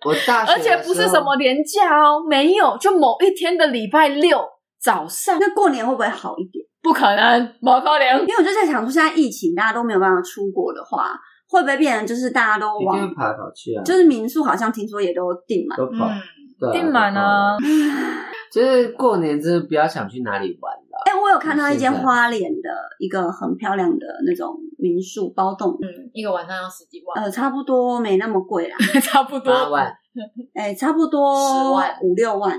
Speaker 3: 我大学
Speaker 1: 而
Speaker 3: 的时候
Speaker 1: 且不是什么连假哦，没有，就某一天的礼拜六早上，
Speaker 2: 那过年会不会好一点？
Speaker 1: 不可能，毛高
Speaker 2: 因
Speaker 1: (laughs) 粱。
Speaker 2: 为我就在想说，现在疫情大家都没有办法出国的话，会不会变成就是大家都
Speaker 3: 一定
Speaker 2: 往
Speaker 3: 会，跑来跑去啊，
Speaker 2: 就是民宿好像听说也都订满。
Speaker 3: 都跑
Speaker 4: 嗯，
Speaker 3: 对啊
Speaker 1: 订满啊，
Speaker 3: 就是过年真的不要想去哪里玩了。
Speaker 2: 哎、我有看到一间
Speaker 3: 是的
Speaker 2: 花莲的一个很漂亮的那种民宿包栋，
Speaker 4: 嗯一个晚上要十几
Speaker 2: (laughs)
Speaker 4: 万。
Speaker 2: 呃，差不多没那么贵啦，
Speaker 1: 差不
Speaker 3: 八
Speaker 1: 多
Speaker 3: 万，
Speaker 2: 哎，差不多
Speaker 4: 10万
Speaker 2: 五六万，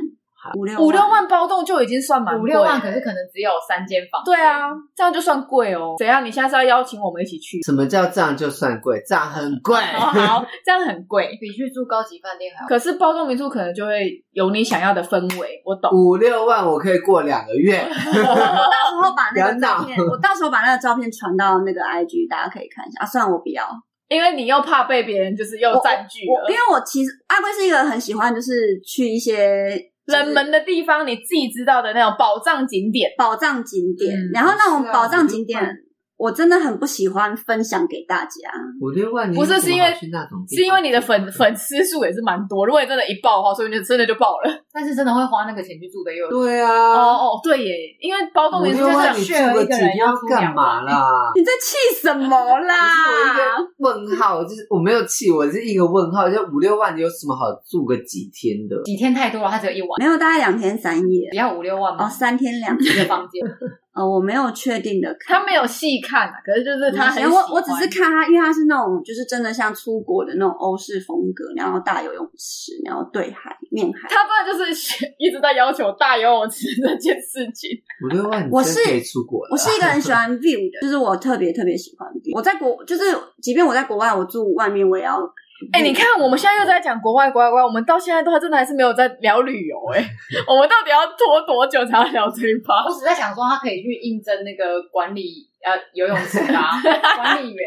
Speaker 2: 五六
Speaker 1: 五六万包栋就已经算蛮
Speaker 4: 五
Speaker 1: 贵
Speaker 4: 六万，
Speaker 1: 了
Speaker 4: 可是可能只有三间房。
Speaker 1: 对，啊，这样就算贵哦。怎样？你现在是要邀请我们一起 (laughs) 去？
Speaker 3: 什么叫这样就算贵？这样很贵。
Speaker 1: 好哦好，这样很贵。
Speaker 4: 比去住高级饭店还要。
Speaker 1: 可是包栋民宿可能就会有你想要的氛围，我懂。
Speaker 3: 五六万我可以过两个月，
Speaker 2: 我到时候把那个
Speaker 3: 不要
Speaker 2: 照
Speaker 3: 闹
Speaker 2: 片，我到时候把那个照片传到那个 IG，大家可以看一下。啊，算了，我不要，
Speaker 1: 因为你又怕被别人就是又占据
Speaker 2: 我因
Speaker 1: 了
Speaker 2: 为我其实阿龟是一个很喜欢，就是去一些
Speaker 1: 冷门的地方，你自己知道的那种宝藏景点。
Speaker 2: 宝藏景点，
Speaker 1: 嗯
Speaker 2: 然后那种
Speaker 3: 是啊
Speaker 2: 宝藏景点，
Speaker 3: 我就
Speaker 2: 我真的很不喜欢分享给大家。
Speaker 3: 五六万你
Speaker 1: 不是
Speaker 3: 有什么
Speaker 1: 是因为
Speaker 3: 好去那种地方
Speaker 1: 是因为你的粉粉丝数也是蛮多，如果你真的一爆的话，说不定真的就爆了。
Speaker 4: 但是真的会花那个钱去住的又有。
Speaker 3: 对
Speaker 1: (laughs) 哦
Speaker 3: 啊，
Speaker 1: 哦，对耶，因为包栋
Speaker 3: 五
Speaker 1: 民宿
Speaker 3: 六
Speaker 1: 就
Speaker 3: 万
Speaker 1: 是
Speaker 3: 你住
Speaker 1: share
Speaker 3: 个
Speaker 1: 一个
Speaker 3: 几
Speaker 1: 人
Speaker 3: 天
Speaker 1: 要
Speaker 3: 要
Speaker 1: 付
Speaker 3: 干
Speaker 1: 两
Speaker 3: 嘛
Speaker 1: 万。
Speaker 3: 啦？
Speaker 2: 你在气什么 (laughs)
Speaker 3: 不是我一
Speaker 2: 啦？
Speaker 3: 个问号，就是我没有气，我是一个问号，就五六万你有什么好住个几天的？
Speaker 4: 几天太多了，它只有一晚，
Speaker 2: 没有，大概两天三夜
Speaker 4: 只要五六万
Speaker 2: 哦，
Speaker 1: 啊
Speaker 4: 吗？
Speaker 2: 三天两夜。
Speaker 4: 一个房间， (laughs)
Speaker 2: 呃，我没有确定的看。
Speaker 1: 他没有细看啊，可是就是 (laughs) 他很喜
Speaker 2: 嗯
Speaker 1: 欢
Speaker 2: 我我只是看它，因为它是那种就是真的像出国的那种欧式风格，然后大游泳池，然后对海面海。
Speaker 1: 他真的就是一直在要求大游泳池这件事情。
Speaker 3: 五六万你
Speaker 2: 我
Speaker 3: 真
Speaker 2: 是
Speaker 3: 可以出国了。
Speaker 2: 我是一个很喜欢 view 的，就是我特别特别喜欢 view。我在国，就是即便我在国外，我住外面我也要。
Speaker 1: 哎、你看我们现在又在讲国外国外国外，我们到现在都还真的还是没有在聊旅游 (laughs) 哎、我们到底要拖多久才要聊这一趴？
Speaker 4: 我只是在想说，他可以去应征那个管理呃游泳池
Speaker 1: (laughs)
Speaker 4: 啊，管理员。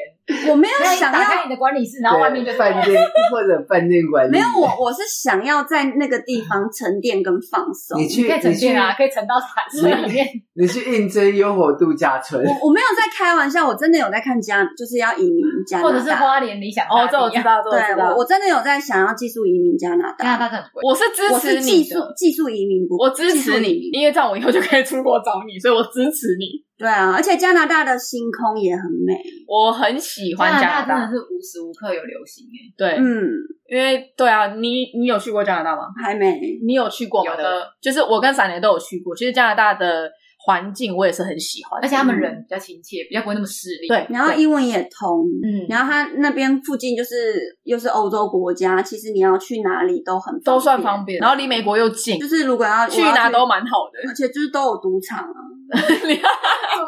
Speaker 2: 我没有
Speaker 4: 那你
Speaker 2: 想
Speaker 4: 打
Speaker 2: 要
Speaker 4: 开你的管理室，然后外面就
Speaker 3: 对
Speaker 4: 是
Speaker 2: (laughs)
Speaker 3: 饭店或者饭店管理
Speaker 2: 没有，我我是想要在那个地方沉淀跟放松。
Speaker 3: 你去
Speaker 4: 可以沉
Speaker 3: 你去
Speaker 4: 淀啊，可以沉到海水
Speaker 1: (laughs)
Speaker 4: 里面。
Speaker 3: 你去应征优活度假村，
Speaker 2: 我我没有在开玩笑，我真的有在看加，就是要移民加拿大，
Speaker 4: 或者是花莲理想
Speaker 1: (laughs) (laughs) 哦，这
Speaker 4: 大
Speaker 1: 我
Speaker 4: 地
Speaker 1: 知
Speaker 4: 啊
Speaker 1: 道，这我知
Speaker 2: 对
Speaker 1: 道
Speaker 2: 我。我真的有在想要技术移民加拿
Speaker 4: 加拿
Speaker 2: 大。
Speaker 4: 大是很贵，
Speaker 1: 我是支
Speaker 2: 我
Speaker 1: 持
Speaker 2: 是
Speaker 1: 你
Speaker 2: 技
Speaker 1: 的
Speaker 2: 术技术移民不，
Speaker 1: 我支持
Speaker 2: 技术移
Speaker 1: 你
Speaker 2: 民，
Speaker 1: 因为这样我以后就可以出国找你，所以我支持你。
Speaker 2: 对啊，而且加拿大的星空也很美。
Speaker 1: 我很喜欢
Speaker 4: 加
Speaker 1: 加拿
Speaker 4: 拿大
Speaker 1: 大，
Speaker 4: 真的是无时无刻有流行哎。
Speaker 1: 对，
Speaker 2: 嗯，
Speaker 1: 因为对啊，你你有去过加拿大吗？
Speaker 2: 还美。
Speaker 1: 你有去过吗？
Speaker 4: 有的
Speaker 1: 对不对，就是我跟闪雷都有去过。其实加拿大的环境我也是很喜欢，
Speaker 4: 而且他们人比较亲切，比较不会那么势利。
Speaker 1: 对，
Speaker 2: 然后
Speaker 1: 对
Speaker 2: 英文也通，
Speaker 4: 嗯
Speaker 2: 然后它那边附近就是又是欧洲国家，其实你要去哪里都很
Speaker 1: 都算方便，
Speaker 2: 便。
Speaker 1: 然后离美国又近，
Speaker 2: 就是如果要
Speaker 1: 去
Speaker 2: 我要
Speaker 1: 哪都蛮好的。 (laughs)
Speaker 2: 而且就是都有赌场啊。
Speaker 4: (laughs) 主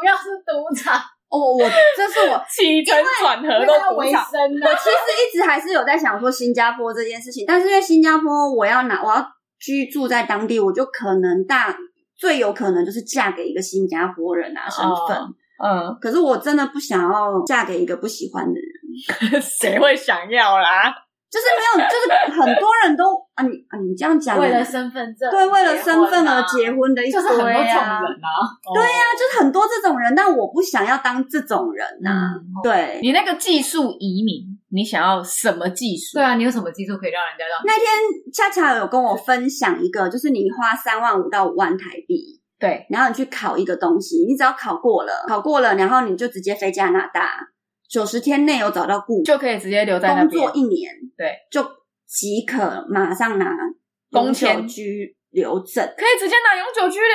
Speaker 4: 要是赌场，
Speaker 2: 哦，我这是我 (laughs)
Speaker 1: 起承转合
Speaker 4: 因为
Speaker 1: 都
Speaker 4: 要
Speaker 1: 不
Speaker 4: 维
Speaker 1: 上，
Speaker 4: 生
Speaker 2: 我
Speaker 4: 啊。
Speaker 2: 其实一直还是有在想说新加坡这件事情，但是因为新加坡我要拿我要居住在当地，我就可能大最有可能就是嫁给一个新加坡人啊身份。
Speaker 1: 嗯， (laughs)
Speaker 2: 可是我真的不想要嫁给一个不喜欢的人，
Speaker 1: 谁会想要啦？
Speaker 2: 就是没有，就是很多人都啊你啊你这样讲，
Speaker 4: 为了身份证，
Speaker 2: 对为了身
Speaker 1: 啊
Speaker 2: 份而
Speaker 4: 结
Speaker 2: 结婚的一
Speaker 4: 婚啊，
Speaker 2: 堆
Speaker 4: 就
Speaker 2: 啊，
Speaker 4: 是很多这种人啊。
Speaker 1: 对呀
Speaker 2: 那就是很多这种人，但我不想要当这种人呐、
Speaker 4: 嗯
Speaker 2: 对，
Speaker 1: 你那个技术移民，你想要什么技术？
Speaker 4: 对啊，你有什么技术可以让人家让？
Speaker 2: 那天恰恰有跟我分享一个，就是你花三万五到五万台币，
Speaker 1: 对，
Speaker 2: 然后你去考一个东西，你只要考过了，考过了，然后你就直接飞加拿大，九十天内有找到雇，
Speaker 1: 就可以直接留在那
Speaker 2: 工
Speaker 1: 边
Speaker 2: 作一年，
Speaker 1: 对，
Speaker 2: 就即可马上拿
Speaker 1: 工
Speaker 2: 永久
Speaker 1: 签
Speaker 2: 居留证，
Speaker 1: 可以直接拿永久居留。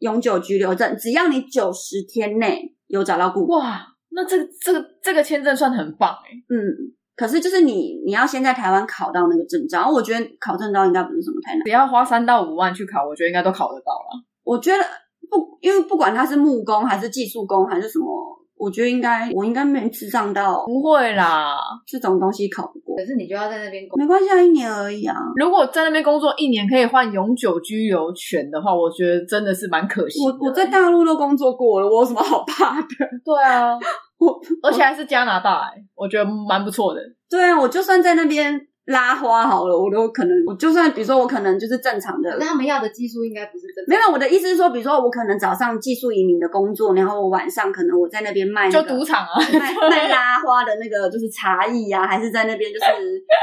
Speaker 2: 永久居留证，只要你九十天内有找到雇，
Speaker 1: 哇，那这个这个这个签证算很棒哎、
Speaker 2: 嗯。可是就是你，你要先在台湾考到那个证照，然后我觉得考证照应该不是什么太难。
Speaker 1: 只要花三到五万去考，我觉得应该都考得到了。
Speaker 2: 我觉得不，因为不管他是木工还是技术工还是什么，我觉得应该我应该没智障到
Speaker 1: 不会啦，
Speaker 2: 这种东西考不过
Speaker 4: 可，是你就要在那边工，
Speaker 2: 没关系啊，一年而已啊。
Speaker 1: 如果在那边工作一年可以换永久居留权的话，我觉得真的是蛮可
Speaker 4: 啊
Speaker 1: 惜的。
Speaker 2: 我我在大陆都工作过了，我有什么好怕的？ (laughs)
Speaker 1: 对啊，
Speaker 2: 我
Speaker 1: 而且还是加拿大、欸，我觉得蛮不错的。
Speaker 2: 对啊，我就算在那边拉花好了，我都可能，我就算比如说我可能就是正常
Speaker 4: 可
Speaker 2: 的
Speaker 4: 是。他们要的技术应该不是真的。
Speaker 2: 没有，我的意思是说，比如说我可能早上技术移民的工作，然后我晚上可能我在那边卖、那
Speaker 1: 就
Speaker 2: 个，
Speaker 1: 赌场啊， (laughs)
Speaker 2: 卖卖拉花的那个就是茶艺啊，还是在那边就是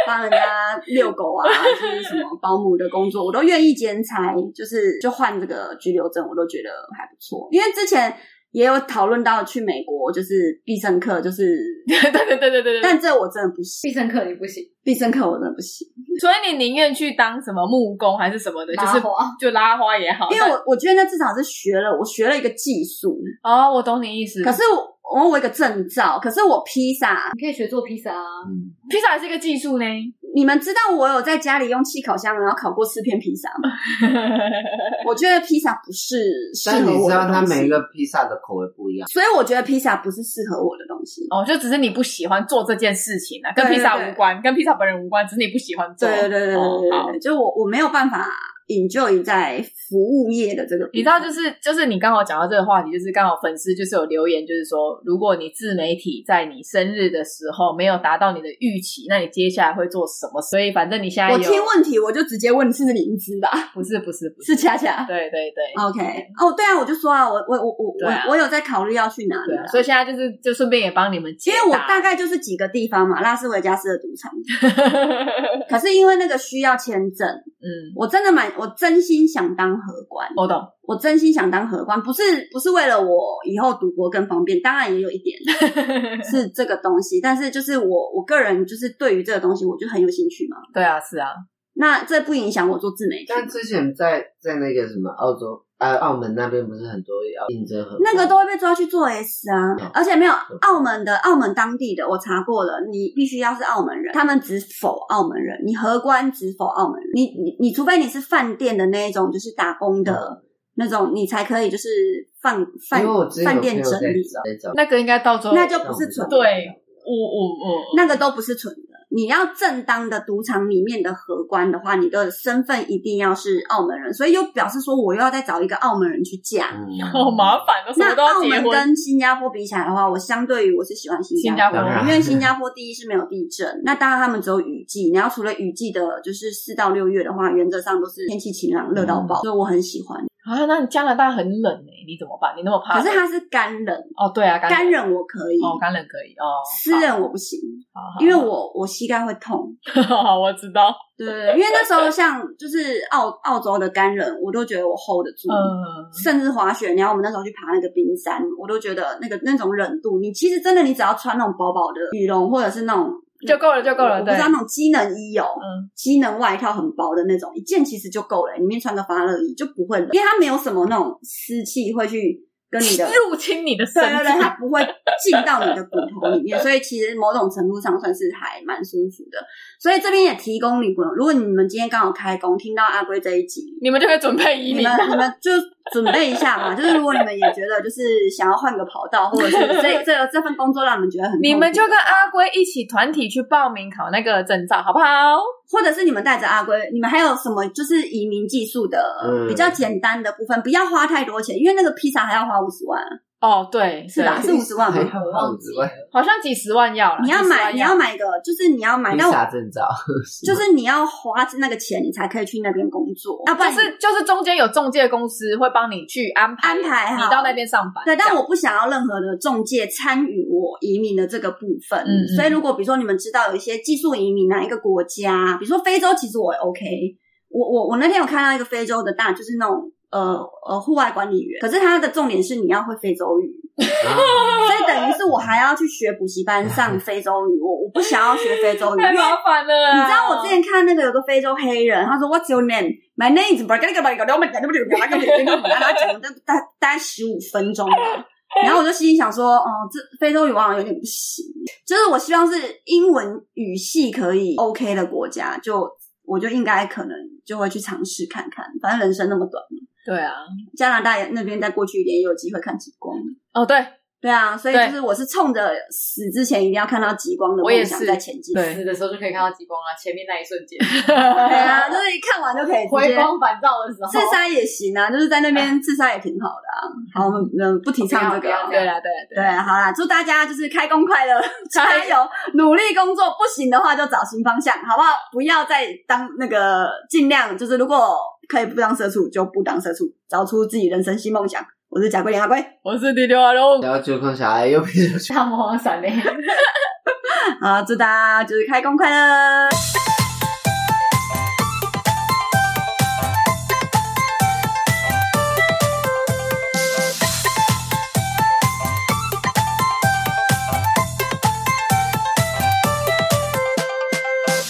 Speaker 2: 帮人家遛狗啊，就是什么保姆的工作，我都愿意兼差，就是就换这个居留证，我都觉得还不错。因为之前也有讨论到去美国就是必胜客，就是
Speaker 1: 对对对对对对。
Speaker 2: 但这我真的不行，
Speaker 4: 必胜客你不行，
Speaker 2: 必胜客我真的不行，
Speaker 1: 所以你宁愿去当什么木工还是什么的，就是
Speaker 4: 拉花
Speaker 1: 就拉花也好。
Speaker 2: 因为我我觉得那至少是学了，我学了一个技术，
Speaker 1: 但哦，我懂你意思。
Speaker 2: 可是我我有一个证照，可是我披萨
Speaker 4: 你可以学做披萨啊。
Speaker 3: 嗯，
Speaker 1: 披萨也是一个技术呢，
Speaker 2: 你们知道我有在家里用气烤箱然后烤过四片披萨
Speaker 1: (laughs)
Speaker 2: 吗？我觉得披萨不是适
Speaker 3: 但
Speaker 2: 合
Speaker 3: 你
Speaker 2: 我
Speaker 3: 知
Speaker 2: 的
Speaker 3: 道它
Speaker 2: 东西啊
Speaker 3: 每一个披萨的口味不一样，
Speaker 2: 所以我觉得披萨不是适合我的东西。
Speaker 1: 哦，就只是你不喜欢做这件事情啊，跟
Speaker 2: 对
Speaker 1: 披萨
Speaker 2: 对对
Speaker 1: 无关，跟披萨本人无关，只是你不喜欢做。
Speaker 2: 对对对对对
Speaker 1: 哦
Speaker 2: 对
Speaker 1: 好
Speaker 2: 对，就我我没有办法 enjoy 在服务业的这个部分，
Speaker 1: 你知道，就是就是你刚好讲到这个话题，就是刚好粉丝就是有留言，就是说，如果你自媒体在你生日的时候没有达到你的预期，那你接下来会做什么？所以反正你现在有
Speaker 2: 我听问题我就直接问是灵芝吧，
Speaker 1: 不是不是不是，
Speaker 2: 是恰恰。
Speaker 1: 对对对、
Speaker 2: OK，哦，对啊，我就说啊，我我我我、
Speaker 1: 对啊
Speaker 2: 我我有在考虑要去哪里
Speaker 1: 对
Speaker 2: 啊、
Speaker 1: 啊，所以现在就是就顺便也帮你们解
Speaker 2: 因
Speaker 1: 答，
Speaker 2: 为我大概就是几个地方嘛，拉斯维加斯的
Speaker 1: (laughs)
Speaker 2: 赌场，可是因为那个需要签证，
Speaker 1: 嗯，
Speaker 2: 我真的蛮，我真心想当荷官，
Speaker 1: 我懂，
Speaker 2: 我真心想当荷官，不是不是为了我以后赌博更方便，当然也有一点是这个东西，但是就是我我个人就是对于这个东西我就很有兴趣嘛，
Speaker 1: 对啊是啊，
Speaker 2: 那这不影响我做自媒体。
Speaker 3: 但之前在在那个什么澳洲呃澳门那边不是很多要应征合
Speaker 2: 那个都会被抓去做 S 啊，
Speaker 3: 嗯
Speaker 2: 而且没有澳门的澳门当地的，我查过了，你必须要是澳门人，他们只否澳门人，你荷官只否澳门人，你你你除非你是饭店的那一种，就是打工的那种，你才可以就是饭饭
Speaker 3: 嗯因为我之前
Speaker 2: 饭
Speaker 3: 有朋
Speaker 2: 店
Speaker 3: 友
Speaker 2: 整
Speaker 3: 在
Speaker 2: 理，
Speaker 3: 找在找，
Speaker 2: (laughs)
Speaker 1: 那个应该到最后
Speaker 2: 那就不是纯的，
Speaker 1: 对，我我我
Speaker 2: 那个都不是纯的。你要正当的赌场里面的荷官的话，你的身份一定要是澳门人，所以又表示说我又要再找一个澳门人去嫁。
Speaker 3: 嗯
Speaker 1: 好麻烦，哦都什
Speaker 2: 那
Speaker 1: 么都要
Speaker 2: 澳
Speaker 1: 结
Speaker 2: 门
Speaker 1: 婚，
Speaker 2: 跟新加坡比起来的话，我相对于我是喜欢新加坡，
Speaker 1: 新
Speaker 3: 加
Speaker 2: 因
Speaker 3: 坡
Speaker 2: 为新加坡第一是没有地震，那当然他们只有雨季，然后除了雨季的，就是四到六月的话，原则上都是天气晴朗，热到
Speaker 1: 嗯
Speaker 2: 爆，所以我很喜欢。
Speaker 1: 啊，那你加拿大很冷诶、你怎么办？你那么怕
Speaker 2: 可
Speaker 1: 冷？
Speaker 2: 是它是干冷，
Speaker 1: 哦对啊，
Speaker 2: 干
Speaker 1: 冷
Speaker 2: 冷我可以，
Speaker 1: 哦干冷可以哦，
Speaker 2: 湿冷我不行，
Speaker 1: 好好好
Speaker 2: 因为我我膝盖会痛。
Speaker 1: (laughs) 好，我知道，
Speaker 2: 对，因为那时候像就是澳澳洲的干冷，我都觉得我 hold 得住。
Speaker 1: 嗯，
Speaker 2: 甚至滑雪，然后我们那时候去爬那个冰山，我都觉得那个那种冷度，你其实真的你只要穿那种薄薄的羽绒，或者是那种
Speaker 1: 就够了，就够了，
Speaker 2: 我不
Speaker 1: 对
Speaker 2: 知，道那种机能衣哦，
Speaker 1: 嗯，。
Speaker 2: 机能外套很薄的那种，一件其实就够了，里面穿个发热衣就不会冷，因为它没有什么那种湿气会去跟你的
Speaker 1: (laughs) 入侵你的身
Speaker 2: 对对对，它
Speaker 1: 体，
Speaker 2: 不会进到你的骨头里
Speaker 1: (laughs)
Speaker 2: 面，所以其实某种程度上算是还蛮舒服的。所以这边也提供你们，如果你们今天刚好开工，听到阿龟这一集，
Speaker 1: 你们就可以准备移
Speaker 2: 你
Speaker 1: 民 (laughs)
Speaker 2: 们。你们就准备一下嘛，就是如果你们也觉得就是想要换个跑道，或者是
Speaker 1: (laughs)
Speaker 2: 这这这份工作让你们觉得很痛苦，
Speaker 1: 你们就跟阿龟一起团体去报名考那个证照，好不好？
Speaker 2: 或者是你们带着阿龟，你们还有什么就是移民技术的、
Speaker 3: 嗯
Speaker 2: 比较简单的部分，不要花太多钱，因为那个披萨还要花五十万啊，
Speaker 1: 哦，对，
Speaker 2: 是吧？
Speaker 1: 对
Speaker 2: 是五十万
Speaker 3: 还
Speaker 2: 吗？
Speaker 3: 好
Speaker 4: 忘
Speaker 3: 忘
Speaker 4: 记
Speaker 3: 记
Speaker 4: 了
Speaker 1: 好像几十万要了。
Speaker 2: 你要
Speaker 1: 几十
Speaker 2: 买，
Speaker 1: 万
Speaker 2: 你要买个，就是你要买，
Speaker 3: 披
Speaker 2: 但哎我
Speaker 3: 萨证
Speaker 2: (laughs)
Speaker 3: 照，
Speaker 2: 就是你要花那个钱，你才可以去那边工作，要不
Speaker 1: 就
Speaker 2: 然你
Speaker 1: 是就是中间有中介公司会帮你去安排
Speaker 2: 安排
Speaker 1: 你
Speaker 2: 好
Speaker 1: 到那边上班。
Speaker 2: 对，
Speaker 1: 这
Speaker 2: 但
Speaker 1: 样
Speaker 2: 我不想要任何的中介参与我移民的这个部分。
Speaker 1: 嗯嗯
Speaker 2: 所以如果比如说你们知道有一些技术移民哪一个国家，比如说非洲，其实我也 OK 我。我我那天有看到一个非洲的大，就是那种呃呃户外管理员，可是他的重点是你要会非洲语，
Speaker 3: 啊
Speaker 2: 所以等于是我还要去学补习班上非洲语，我我不想要学非洲语，因
Speaker 1: (laughs) 太
Speaker 2: 为
Speaker 1: 麻烦了啊啦。
Speaker 2: 你知道我之前看那个有个非洲黑人，他说 What's your name? My name is 然后他讲了大大大概十五分钟吧。然后我就心里想说，哦、这非洲语好像有点不行。就是我希望是英文语系可以 OK 的国家，就我就应该可能就会去尝试看看。反正人生那么短，
Speaker 1: 对啊，
Speaker 2: 加拿大那边再过去一点也有机会看极光。
Speaker 1: 哦对
Speaker 2: 对啊，所以
Speaker 1: 对
Speaker 2: 就是我是冲着死之前一定要看到极光的
Speaker 1: 我也
Speaker 2: 梦想
Speaker 1: 是
Speaker 2: 在前进。
Speaker 1: 对，
Speaker 4: 死的时候就可以看到极光啊，前面那一瞬
Speaker 1: (laughs)
Speaker 4: 间，
Speaker 2: (laughs) 对啊，就是看完就可以直接
Speaker 4: 回光返照的时候，
Speaker 2: 自杀也行啊，就是在那边自杀也挺好的啊。好，我们嗯不提倡这
Speaker 4: 不
Speaker 2: 个
Speaker 4: 要
Speaker 2: 啊。
Speaker 4: 不要
Speaker 1: 对啦对啦
Speaker 2: 对，好啦，祝大家就是开工快乐，加油，努力工作。不行的话就找新方向，好不好？不要再当那个，尽量就是如果可以不当社畜就不当社畜，找出自己人生新梦想。我是贾桂林阿龟，
Speaker 1: 我是第六阿龙，
Speaker 3: 然后就看小孩又变成
Speaker 4: 大魔王闪嘞。
Speaker 2: 啊，祝大家就是开工快乐。